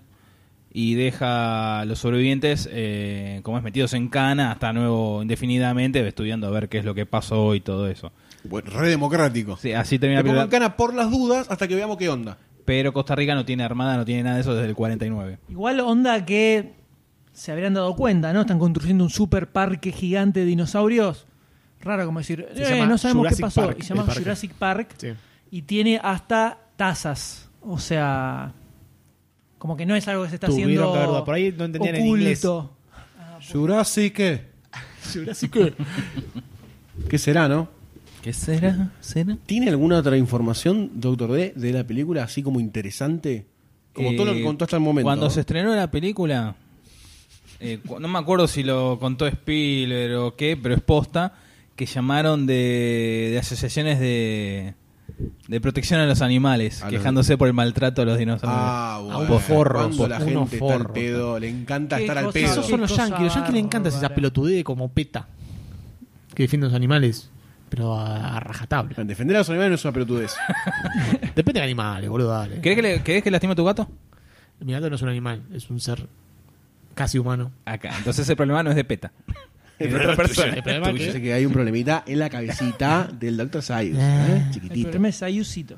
y deja a los sobrevivientes, eh, como es, metidos en cana hasta nuevo indefinidamente, estudiando a ver qué es lo que pasó y todo eso. Bueno, re democrático. Sí, así termina Le la pongo película. en cana por las dudas hasta que veamos qué onda. Pero Costa Rica no tiene armada, no tiene nada de eso desde el 49. Igual onda que se habrían dado cuenta, ¿no? Están construyendo un super parque gigante de dinosaurios. Raro como decir, Se "Eh, llama no sabemos Jurassic qué pasó. Park, y se llama el parque. Jurassic Park Sí. y tiene hasta tazas. O sea, como que no es algo que se está Tuvieron haciendo que haber dudado. Por ahí no entendían en inglés. oculto. Jurassic. ¿Qué? ¿Qué será, no? ¿Qué será? ¿Será? ¿Tiene alguna otra información, Doctor D, de la película así como interesante? Como todo lo que Eh, contó hasta el momento. Cuando ¿no? se estrenó la película, eh, cu- no me acuerdo si lo contó Spielberg o qué, pero es posta, que llamaron de, de asociaciones de, de protección a los animales, A los- quejándose por el maltrato a los dinosaurios. Ah, bueno. Por forro, Cuando por- la unos gente está al forros. pedo, le encanta Qué estar al cosa- pedo. Esos son los Qué cosa yankees. Los yankees le encantan esas bárbara. pelotudees como peta. Que defienden los animales. Pero a, a rajatabla. Defender a los animales no es una (laughs) pelotudez. Depende de animales, boludo. Dale. ¿Querés que, le, querés que lastime a tu gato? Mi gato no es un animal, es un ser casi humano. Acá, entonces el problema no es de PETA. Es de otra persona. El problema Yo es sé que que hay un problemita en la cabecita del Dr. Sayus. ¿eh? El Chiquitito. problema es Ayusito.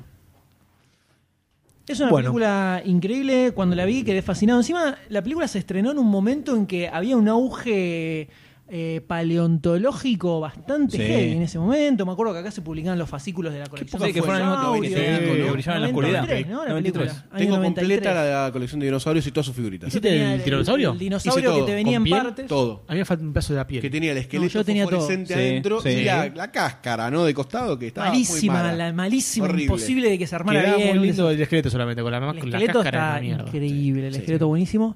Es una Bueno. película increíble. Cuando la vi quedé fascinado. Encima, la película se estrenó en un momento en que había un auge eh, paleontológico bastante Sí. heavy en ese momento. Me acuerdo que acá se publicaban los fascículos de la colección. Sí, que fueron al mismo tiempo que Audio. se- que brillaron en la oscuridad. 93, ¿no? La 93. película. Año Tengo 93. completa la colección de dinosaurios y todas sus figuritas. ¿Hiciste tenía el el- tiranosaurio? el dinosaurio Hice que todo, te venía en con piel, partes. Todo. A mí me falta un pedazo de la piel. Que tenía el esqueleto No, yo tenía todo. fosforescente Sí, adentro sí. y la, la cáscara, ¿no? De costado que estaba Malísima, muy mala. la malísima, Horrible. imposible de que se armara Quedaba bien. muy lindo el esqueleto solamente, con la, El con la esqueleto cáscara está de mierda. increíble, el esqueleto buenísimo.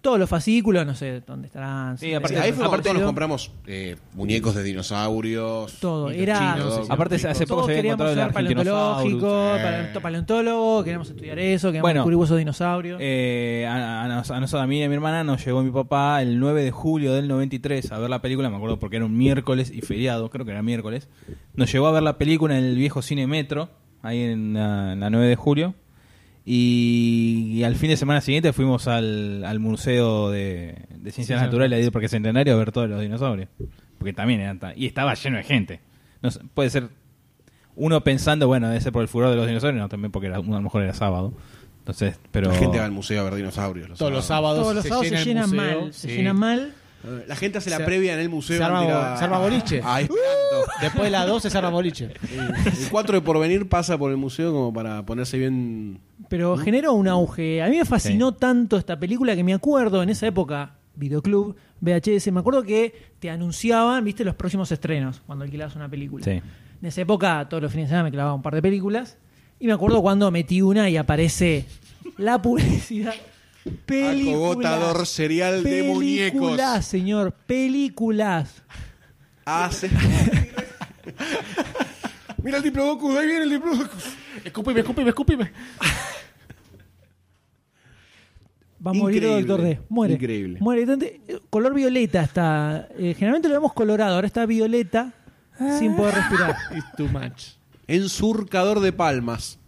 Todos los fascículos, no sé dónde estarán. Sí, si- Sí, aparte- ahí fue cuando apareció todos nos compramos eh, muñecos de dinosaurios. Todo, mitos era- chinos, Aparte, hace poco Todos se había queríamos encontrado el ser paleontológico, Argentinosaurus. paleonto- paleontólogo, queríamos estudiar eso, queríamos Bueno. descubrir huesos de dinosaurio. Eh, a, a nos- a nosotros, a mí y a mi hermana nos llegó mi papá el 9 de julio del 93 a ver la película, me acuerdo porque era un miércoles y feriado, creo que era miércoles. Nos llevó a ver la película en el viejo cine Metro, ahí en la, en la 9 de julio. Y, y al fin de semana siguiente fuimos al, al Museo de, de Ciencias sí. Naturales ahí del Parque Centenario a ver todos los dinosaurios. Porque también eran... ta- Y estaba lleno de gente. No sé, puede ser uno pensando, bueno, debe ser por el furor de los dinosaurios, no, también porque era, a lo mejor era sábado. Entonces, pero... La gente va al museo a ver dinosaurios. los Todos los sábados. sábados, Todos los sábados se, el llenan museo, mal, se sí. llenan mal. Eh, La gente hace la Se- previa en el museo. se arma antes de bo- se arma boliche. Ah, es tanto. Después de las 12 se arma boliche. Uh. El 4 de porvenir pasa por el museo como para ponerse bien. Mm. Pero generó un auge. A mí me fascinó tanto esta película que me acuerdo en esa época videoclub, VHS. Me acuerdo que te anunciaban, viste, los próximos estrenos cuando alquilabas una película. Sí. En esa época, todos los fines de semana me clavaba un par de películas. Y me acuerdo cuando metí una y aparece la publicidad. Película. Acogotador serial de muñecos. Películas, señor. Películas. Hace. (laughs) Mira el diplodocus, ahí viene el diplodocus. Escúpime, escúpime, escúpime. Va a morir Increíble, Doctor D. Muere. increíble. Muere. Tanto- eh, color violeta está. eh, generalmente lo vemos colorado. Ahora está violeta sin Ah. poder respirar. It's too much. Ensurcador de palmas.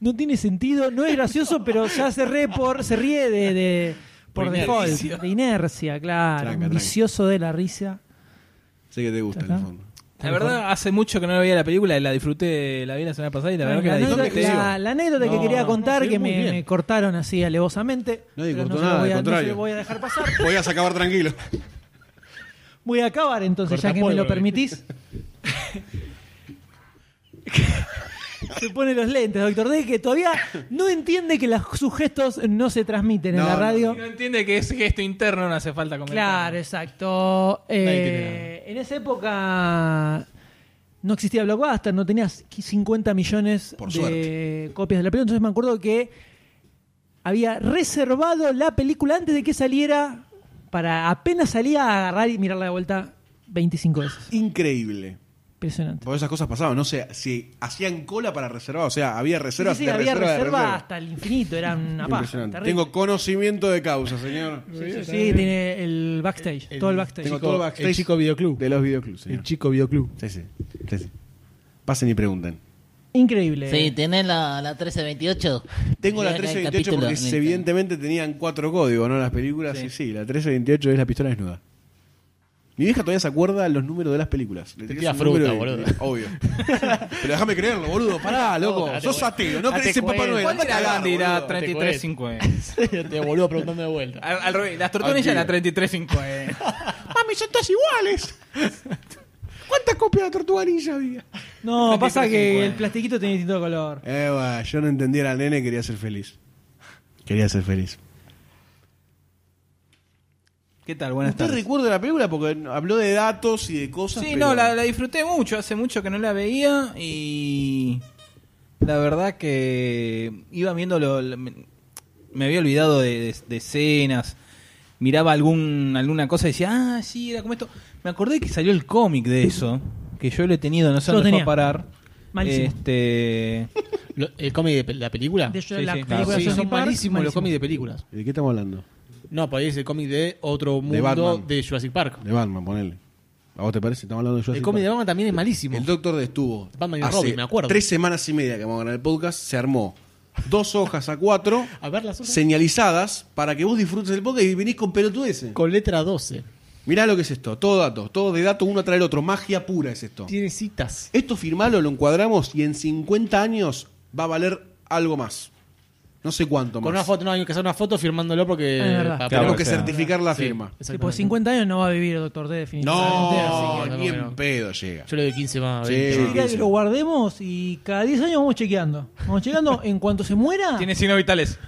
No tiene sentido. No es gracioso, pero ya se, re por, se ríe de. de- por Por default. inercia. De inercia, claro. Tranca, un tranca. vicioso de la risa. Sé que te gusta el Ajá. fondo. La verdad, hace mucho que no veía la película, la disfruté, la vi la semana pasada y la verdad que La la anécdota, disfruté. la- la anécdota que No, quería no, contar, sí, que muy me, bien. me cortaron así alevosamente. Nadie pero contó no se lo nada, voy al a- no se lo contrario. voy a dejar pasar. Podías acabar tranquilo. Voy a acabar entonces, Corta ya que me polvo, lo ¿viste? permitís. (laughs) se pone los lentes, doctor D, que todavía no entiende que las- sus gestos no se transmiten en la radio. No entiende que ese gesto interno no hace falta comentar. Claro, exacto. Eh, en esa época no existía Blockbuster, no tenías 50 millones Por de suerte. copias de la película. Entonces me acuerdo que había reservado la película antes de que saliera para apenas salía a agarrar y mirarla de vuelta 25 veces. Increíble. Impresionante. Porque esas cosas pasaban, no sé, si hacían cola para reservar, o sea, había reservas Sí, sí, de había reserva de reserva reserva. hasta el infinito, era una paja. Impresionante. terrible. Tengo conocimiento de causa, señor. Sí, sí, sí, tiene el backstage, todo el backstage. Tengo todo el backstage. el chico videoclub. De los videoclubs, señor. El chico videoclub. Sí, sí. sí, sí. Pasen y pregunten. Increíble. Sí, tenés la, la 1328. Tengo la Acá el 1328 capítulo. porque se- evidentemente tenían cuatro códigos, ¿no? Las películas. Sí, sí, la 1328 es la pistola desnuda. Mi vieja todavía se acuerda los números de las películas. Le Te tirás tira un fruta, número y- boludo. Obvio. Pero déjame creerlo, boludo. Pará, loco. Date Sos cuenta. ateo. No Date crees en Papá cuenta. Noel. ¿Cuánto Andate a era cagar, Gandhi? Era boludo. Te cuento. 33.50. (laughs) te boludo preguntando de vuelta. Al, al revés, las tortones ya la 33.50. Mami, son todas iguales. ¿Cuántas copias de Tortuga Ninja había? No, pasa que 23.50. el plastiquito tiene distinto color. Eh, bueno, yo no entendía al nene, quería ser feliz. Quería ser feliz. ¿Qué tal? Buenas ¿Usted tardes. recuerda la película? Porque habló de datos y de cosas. Sí, pero- no, la, la disfruté mucho, hace mucho que no la veía y la verdad que iba viendo, lo- lo- me, me había olvidado de, de- de escenas, miraba algún, alguna cosa y decía, ah, sí, era como esto. Me acordé que salió el cómic de eso, que yo lo he tenido, no sé Yo dónde fue tenía. a parar. Malísimo. (laughs) Este... ¿El cómic de la película? Ah, De hecho, la película Sí, de Jurassic son Park, malísimos los malísimo. cómics de películas. ¿De qué estamos hablando? No, podéis el cómic de otro mundo Batman. de, Jurassic Park. De Batman, ponele. ¿A vos te parece? Estamos hablando de Jurassic El cómic de Park. Batman también es malísimo. El Doctor D estuvo. Batman y hace Robin, me acuerdo. Tres semanas y media que vamos a ganar el podcast, se armó. Dos hojas a cuatro, (laughs) A ver las otras. señalizadas, para que vos disfrutes el podcast y venís con pelotudeces. Con letra 12. Mirá lo que es esto, todo datos, todo de datos, uno trae el otro, magia pura es esto. Tiene citas. Esto firmalo, lo encuadramos y en 50 años va a valer algo más. No sé cuánto Con una más. foto, no, hay que hacer una foto firmándolo porque. Ah, es verdad. para- Tenemos para- que o sea, certificar la sí, firma. Sí, exactamente. por 50 años no va a vivir el Doctor D definitivamente. No, así que- ni en pedo llega. Yo le doy 15 más. Sí, 20 Yo más. diría que lo guardemos y cada 10 años vamos chequeando. Vamos chequeando en cuanto se muera. Tiene signos vitales.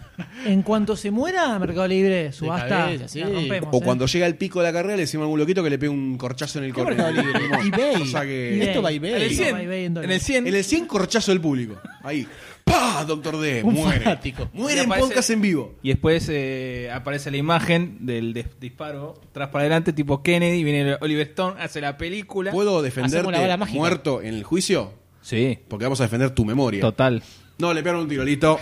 En cuanto se muera, Mercado Libre, subasta. cabeza, sí. la rompemos, O ¿eh? cuando llega el pico de la carrera le decimos a algún loquito que le pegue un corchazo en el ¿Qué corte. mercado libre? eBay. Cosa que- Esto va a En el eBay. 100. va y ve en dólares. En el 100. En el 100 corchazo del público. Ahí. ¡Pah! Doctor D. Un muere. fanático. Muere Y en aparece- podcast en vivo. Y después eh, aparece la imagen del des- disparo tras para adelante, tipo Kennedy, viene Oliver Stone, hace la película. ¿Puedo Hacemos la bala defenderte mágica. muerto en el juicio? Sí, Porque vamos a defender tu memoria. total. No, le pegaron un (laughs) tiro, listo.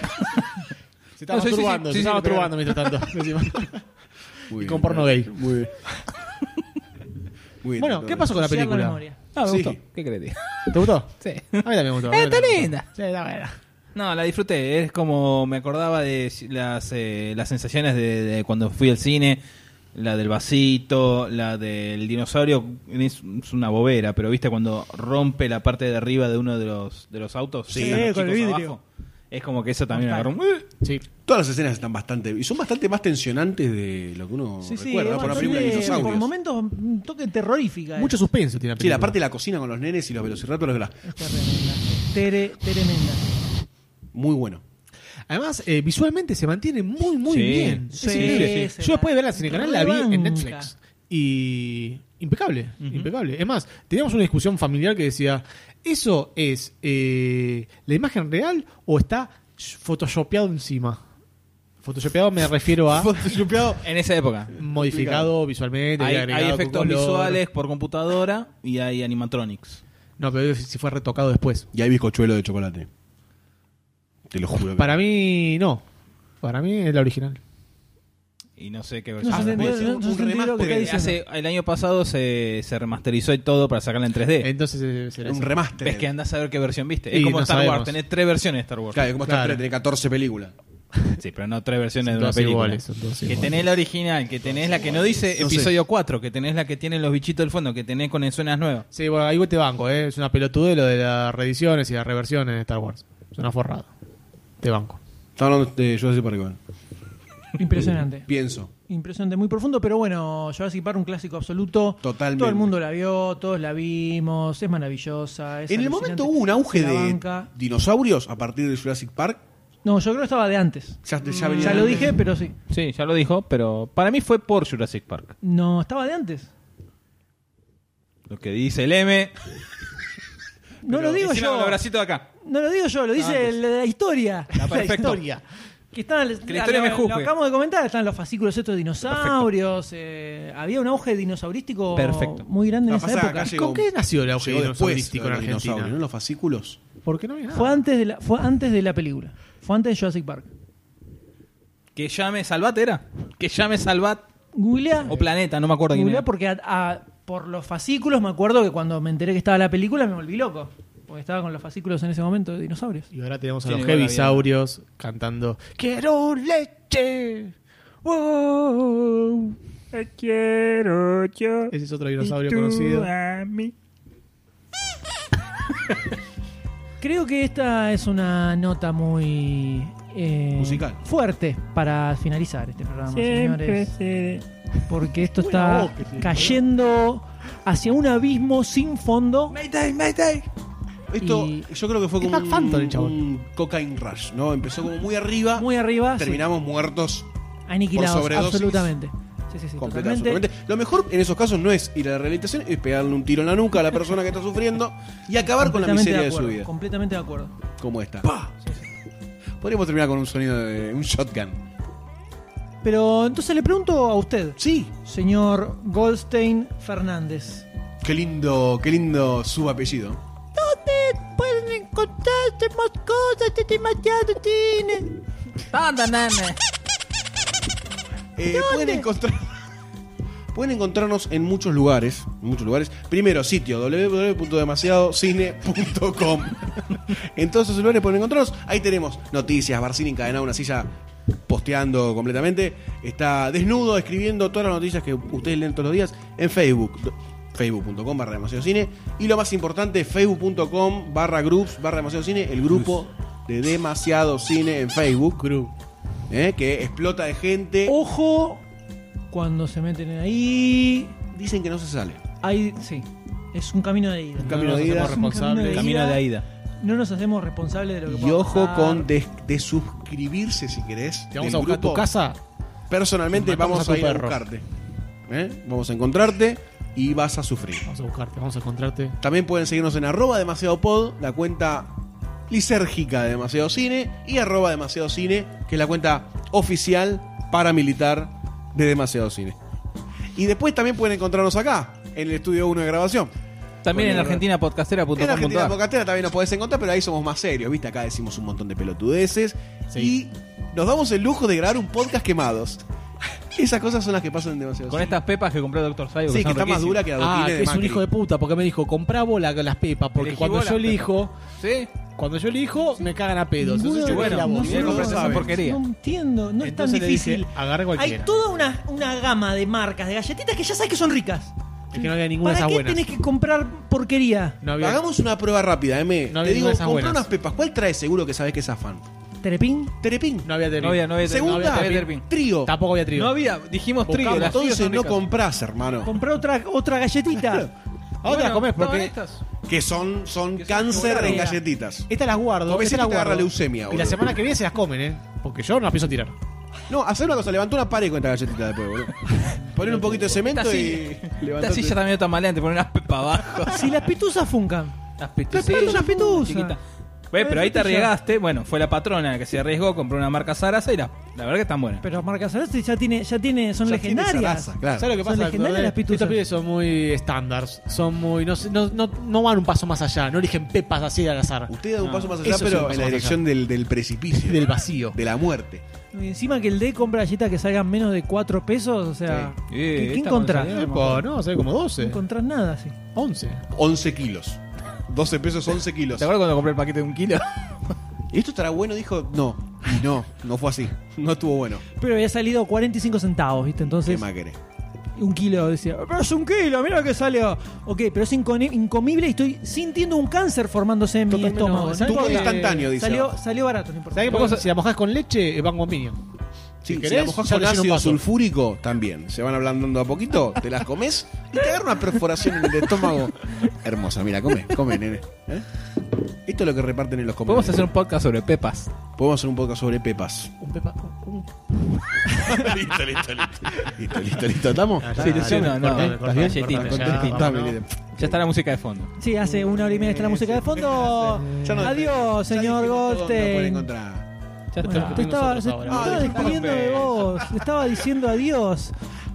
Se está No, sí, sí, masturbando, sí, se sí, está sí, masturbando mientras tanto. encima. (laughs) Muy Y bien, con porno bien. gay. Muy bien. Muy bien, Bueno, doctor ¿qué D. pasó con la Ensuciar película? memoria. Ah, me Sí. gustó. ¿Qué crees? tío? ¿Te gustó? Sí. A mí también me gustó. Eh, está A mí también linda. me gustó. Sí, (laughs) está buena. No, la disfruté. Es como me acordaba de si- las, eh, las sensaciones de, de cuando fui al cine. La del vasito, la del dinosaurio. Es, es una bobera, pero viste cuando rompe la parte de arriba de uno de los, de los autos. Sí, y están los con el chicos vidrio. abajo. Es como que eso también Total. agarró. un- Sí. Todas las escenas están bastante. Y son bastante más tensionantes de lo que uno Sí, sí, recuerda. es ¿no? Por una bastante- película de dinosaurios. por momentos un toque terrorífica. eh. Mucho suspenso tiene la Sí, película. la parte de la cocina con los nenes y los velociraptors. la- Es tremenda. Tere- tremenda. Muy bueno. Además, eh, visualmente se mantiene muy, muy Sí. bien. Sí, Es increíble. sí, sí. Yo después de verla en el (laughs) canal la vi en Rebanca. Netflix. Y impecable, impecable. Es más, teníamos una discusión familiar que decía, ¿eso es eh, la imagen real o está photoshopeado encima? Photoshopeado me refiero (laughs) a... ¡Uh! en esa época. Modificado visualmente. Hay, agregado hay con efectos color. visuales por computadora y hay animatronics. No, pero si fue retocado después. Y hay bizcochuelo de chocolate. Te lo juro. que- Para mí, no. Para mí es la original. Y no sé qué No versión. se entendió, puede ser no- un no se entendió remaster. lo que está Porque hace- el año pasado se, se remasterizó y todo para sacarla en 3D. Entonces eh, será Un esa. remaster. Eh, Es que andás a ver qué versión viste. Y es como no Star sabemos. Wars, tenés tres versiones de Star Wars. Claro, como está tiene 14 películas. Sí, pero no tres versiones Son de una todas película. iguales, son todas que iguales. tenés la original, que tenés la que no dice No sé. episodio 4, que tenés la que tienen los bichitos del fondo, que tenés con escenas nuevas. Sí, bueno, ahí te banco, ¿eh? Es una pelotude lo de las reediciones y las reversiones de Star Wars. Es una forrada. Te banco. Está hablando de Jurassic Park igual. Impresionante. Pienso. Impresionante, muy profundo, pero bueno, Jurassic Park un clásico absoluto. Totalmente. Todo el mundo la vio, todos la vimos, es maravillosa. es en el alucinante. momento hubo un auge La de banca. dinosaurios a partir de Jurassic Park. No, yo creo que estaba de antes. Ya, ya Mm. venía Ya de lo antes. dije, pero sí. Sí, ya lo dijo, pero para mí fue por Jurassic Park. No, estaba de antes. Lo que dice el M. No lo digo Encima yo. Con los bracitos de acá. No lo digo yo, lo dice antes. Ah, la, la historia. (laughs) perfecto. historia. Que, están, que la historia me juzgue. Lo acabamos de comentar, están los fascículos estos de dinosaurios. eh, había un auge dinosaurístico Perfecto. muy grande en No, esa pasá, época. acá llegó- ¿Con qué nació el auge llegó después dinosaurístico lo de en los Argentina? dinosaurios, ¿no? Los fascículos. ¿Por qué no había nada? Fue antes, de la, fue antes de la película. Fue antes de Jurassic Park. Que llame Salvat era. Que llame Salvat Googleá. o Planeta, no me acuerdo quién Googleá era. porque a- a- por los fascículos me acuerdo que cuando me enteré que estaba la película me volví loco. Porque estaba con los fascículos en ese momento de dinosaurios. Y ahora tenemos a Sí, los igual había- Heavisaurios cantando Quiero leche. Wow. Quiero yo. Ese es otro dinosaurio conocido. Creo que esta es una nota muy eh, Musical. fuerte para finalizar este programa, Siempre señores. Porque esto Buena está voz que ¿eh? tiene, cayendo hacia un abismo sin fondo. Mayday, Mayday. Esto Y- yo creo que fue Es como Black Phantom el un, chabón. un cocaine rush, ¿no? Empezó como muy arriba, Muy arriba, sí. terminamos muertos aniquilados, por sobredosis. absolutamente. Sí, sí, sí, completa, totalmente. absolutamente. Lo mejor en esos casos no es ir a la rehabilitación, es pegarle un tiro en la nuca a la persona que está sufriendo y acabar con la Completamente miseria de, su acuerdo, vida. Completamente de acuerdo. Como esta. ¡Pah! Podríamos terminar con un sonido de un shotgun. Pero entonces le pregunto a usted. Sí. Señor Goldstein Fernández. Qué lindo, qué lindo subapellido. ¿Dónde pueden encontrarte más cosas de demasiado cine? ¿Dónde, nene? Eh, pueden encontrar. (laughs) Pueden encontrarnos en muchos lugares, en muchos lugares. Primero, sitio www.demasiadocine.com. (laughs) en todos esos lugares pueden encontrarnos. Ahí tenemos noticias, Barcini encadenado en una silla posteando completamente. Está desnudo escribiendo todas las noticias que ustedes leen todos los días en Facebook. Facebook.com barra demasiado cine. Y lo más importante, facebook.com barra groups barra demasiado cine, el grupo de demasiado cine en Facebook. Eh, Que explota de gente. Ojo cuando se meten en ahí. Dicen que no se sale. Hay, sí, es un camino de ida. camino no de nos ida. hacemos Es un responsables. Camino de Aida. No nos hacemos responsables de lo que Y pueda ojo pasar. con de, de suscribirse si querés. Te vamos del a buscar a tu grupo. casa. Personalmente Te matamos vamos a a, tu ir a perro. buscarte. ¿Eh? Vamos a encontrarte y vas a sufrir. Vamos a buscarte, vamos a encontrarte. También pueden seguirnos en arroba demasiado pod, la cuenta lisérgica de demasiado cine, y arroba demasiado cine, que es la cuenta oficial paramilitar de demasiado cine. Y después también pueden encontrarnos acá, en el estudio 1 de grabación. También en Bueno, En Argentina argentinapodcastera.com.ar. Pocatera también nos podés encontrar, pero ahí somos más serios, ¿viste? Acá decimos un montón de pelotudeces. Sí. Y nos damos el lujo de grabar un podcast quemados. Esas cosas son las que pasan demasiado. Con Sí. estas pepas que compró Doctor Saibo. Sí, son que está más riquísimas. dura que la Ah, doctrina este que de es un Macri. hijo de puta, porque me dijo, comprá vos la- las pepas, porque Elegí cuando vos yo las elijo, Sí. cuando yo elijo, me cagan a pedos. Entonces Ninguno yo de los elegí la dos. voz. Mirá, no, compraste esa sabe. porquería. no entiendo, no es tan Entonces le dije, difícil. agarré cualquiera. Hay toda una, una gama de marcas, de galletitas que ya sabes que son ricas. Es que no había ninguna de ¿Para esas qué buenas. tenés que comprar porquería? No había. Hagamos una prueba rápida, M. No había Te digo, ninguna de esas comprá buenas. unas pepas. ¿Cuál traes seguro que sabés que es afán? ¿Terepín? Terepín. No había No había, no había, no Segunda, había terpin. trío. Tampoco había trío. No había, dijimos trigo. las Entonces trigos son no ricas. comprás, (laughs) hermano. Comprar otra, otra galletita. Ahora Bueno, eh, comés estaban porque estas. Que son, son cáncer chocolate. en galletitas. Estas las guardo. Comés Estas y las te agarra guardo. leucemia, Y la boludo. semana que viene se las comen, ¿eh? Porque yo no las pienso tirar. No, hacer una cosa, levantó una pared con esta galletita (laughs) después, boludo. Poner un poquito de cemento Esta y. silla- Esta silla también está maleante, poner unas pepas (laughs) abajo. Si las pituzas funcan. Las Te prendo pituzas. una pituza. chiquita. Ve, pero ahí te arriesgaste. Bueno, fue la patrona la que se arriesgó, compró una marca Sarasa y la, la verdad que están buenas. Pero marca Sarasa ya tiene, ya tiene, son Ya tiene legendarias. Sarasa, claro. ¿Sabes lo que Son pasa? legendarias las pituzas. Estos pibes son muy estándar. Son muy. No, sé- no, no, no van un paso más allá. No eligen pepas así al azar. Usted da un No. paso más allá, Eso es un pero paso en la más dirección allá. del, del precipicio. Del vacío. De la muerte. Y Encima que el D compra galletas que salgan menos de 4 pesos, o sea, Sí. ¿qué, Eh, qué esta encontrás? cuando salió, No me acuerdo. no, sale como 12. encontrás nada así. 11. 11 kilos. 12 pesos, 11 kilos. ¿Te acuerdas cuando compré el paquete de un (laughs) kilo? ¿Y esto estará bueno? Dijo, no. Y no, no fue así. No estuvo bueno. Pero había salido 45 centavos, ¿viste? ¿Qué Entonces, más querés? un kilo, decía, pero es un kilo, mira lo que salió. Ok, pero es incone- incomible y estoy sintiendo un cáncer formándose en mi estómago. no, ¿sabes importa. por qué? Instantáneo, dice. Salió, salió barato, no importa. ¿Sabes qué pasa? Si la mojás con leche, eh, van con piña. Si Sí, si, querés, la mojás ya con le lleno un ácido vaso. sulfúrico, también. Se van ablandando a poquito, te las comes y te agarra una perforación en el estómago. Hermosa, mira, come, come, nene. ¿Eh? Esto es lo que reparten en los Podemos comercios. hacer un podcast sobre pepas. Podemos hacer un podcast sobre pepas. Un pepa. listo, listo, listo. Listo, listo, listo. ¿Estamos? Ah, Se ilusionó, no. ¿Eh? ¿Estás Las bien? galletitas. Con- ya, con- vámonos. dame, Ya está la música de fondo. Sí, hace una hora y media está la música de fondo. Ya no- Adiós, señor Goldstein. Ya Bueno, te estaba, se Ah, estaba despidiendo de vos. Te estaba diciendo adiós.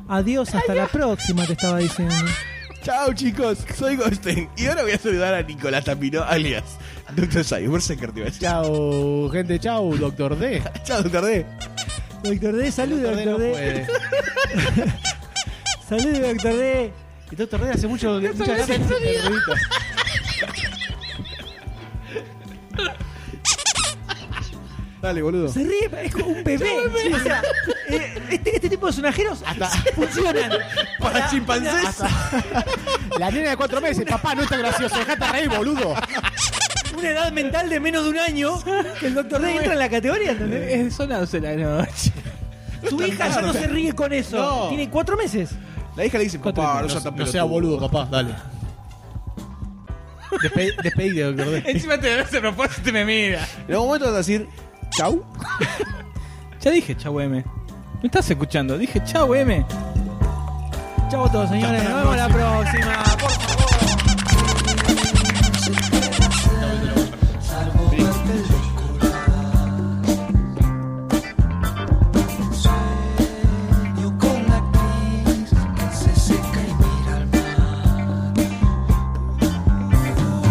Adiós hasta la próxima, te estaba diciendo. Chao chicos, soy Goldstein y ahora voy a saludar a Nicolás Tapino, alias Dr. Cyber Secker, te iba a decir. (laughs) Chau, gente, chau, (laughs) doctor D. Chao, doctor D. Doctor D, salud, Doctor D no doctor D. puede. Salud, doctor D. El doctor D hace mucho. (laughs) muchas sabía gracias. ese sonido. Dale, boludo. Se ríe, es como un bebé. Sí, o sea, eh, este, este tipo de sonajeros funcionan. Para chimpancés. La nena de cuatro meses, papá, no está gracioso, dejate reír, boludo. Una edad mental de menos de un año que el doctor D entra en la categoría, ¿entendés? Eh, Son las 11 de la noche. Tu hija ya no se ríe con eso. No. Tiene cuatro meses. La hija le dice, papá, no, seas tan No sea pelotudo". boludo, papá, dale. Despe- Despedite, doctor D. (laughs) Encima te ves el propósito y me mira. En algún momento vas a decir, chau. Ya dije, chau M. ¿Me estás escuchando? Dije, chau M. Chao a todos, señores. Nos vemos la próxima. Por favor. Sueño con la gris que se seca y mira al mar.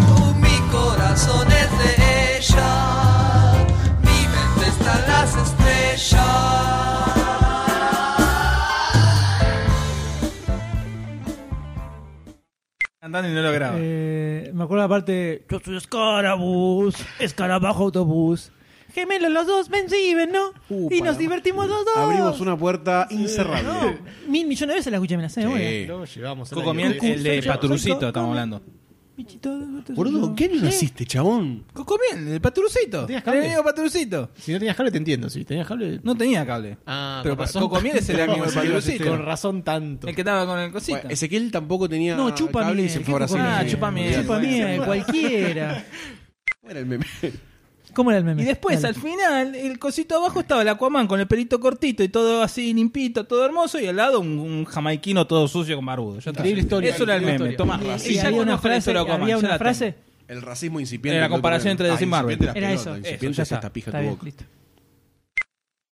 Oh, mi corazón es de ella, mi mente está en las estrellas. Andando y no lo grabo. Eh, me acuerdo la parte. Yo soy escarabús, escarabajo autobús. Gemelos los dos, ven sí, ven no. y nos divertimos los dos. Abrimos una puerta incerrable. No, mil millones de veces la escuché, me la sé. de memoria. Lo llevamos. Coco Miel, el de Paturucito, estamos hablando. Bichito, Boludo, ¿qué ¿Eh? año naciste, chabón? Coco Miel, el Paturucito. ¿Tenías El cable? amigo Paturucito. Si no tenías cable, te entiendo. Si tenías cable. No tenía cable. Ah, Pero con razón Coco (laughs) Miel (laughs) es el tanto. amigo del Paturucito. Con razón tanto. El que estaba con el cosito. Bueno, Ezequiel tampoco tenía. No, chupa cable y miel, se ¿qué fue a Brasil. Ah, Sí. chupa miel. Chupa bueno. miel, cualquiera. ¿Cómo era el meme? ¿Cómo era el meme? Y después, Dale. al final, el cosito abajo estaba el Aquaman con el pelito cortito y todo así limpito, todo hermoso, y al lado un, un jamaiquino todo sucio con barbudo. Ya está. Increíble historia, Eso era el increíble meme, historia. tomá. Y ya había una conozco la frase. historia de Aquaman, Había ya una la frase. tengo. El racismo incipiente. Era la comparación entre Ah, Desin Marvel. incipiente las Era pelotas, eso. Incipiente Eso, ya hace está. esta pija Está tu bien, boca. listo.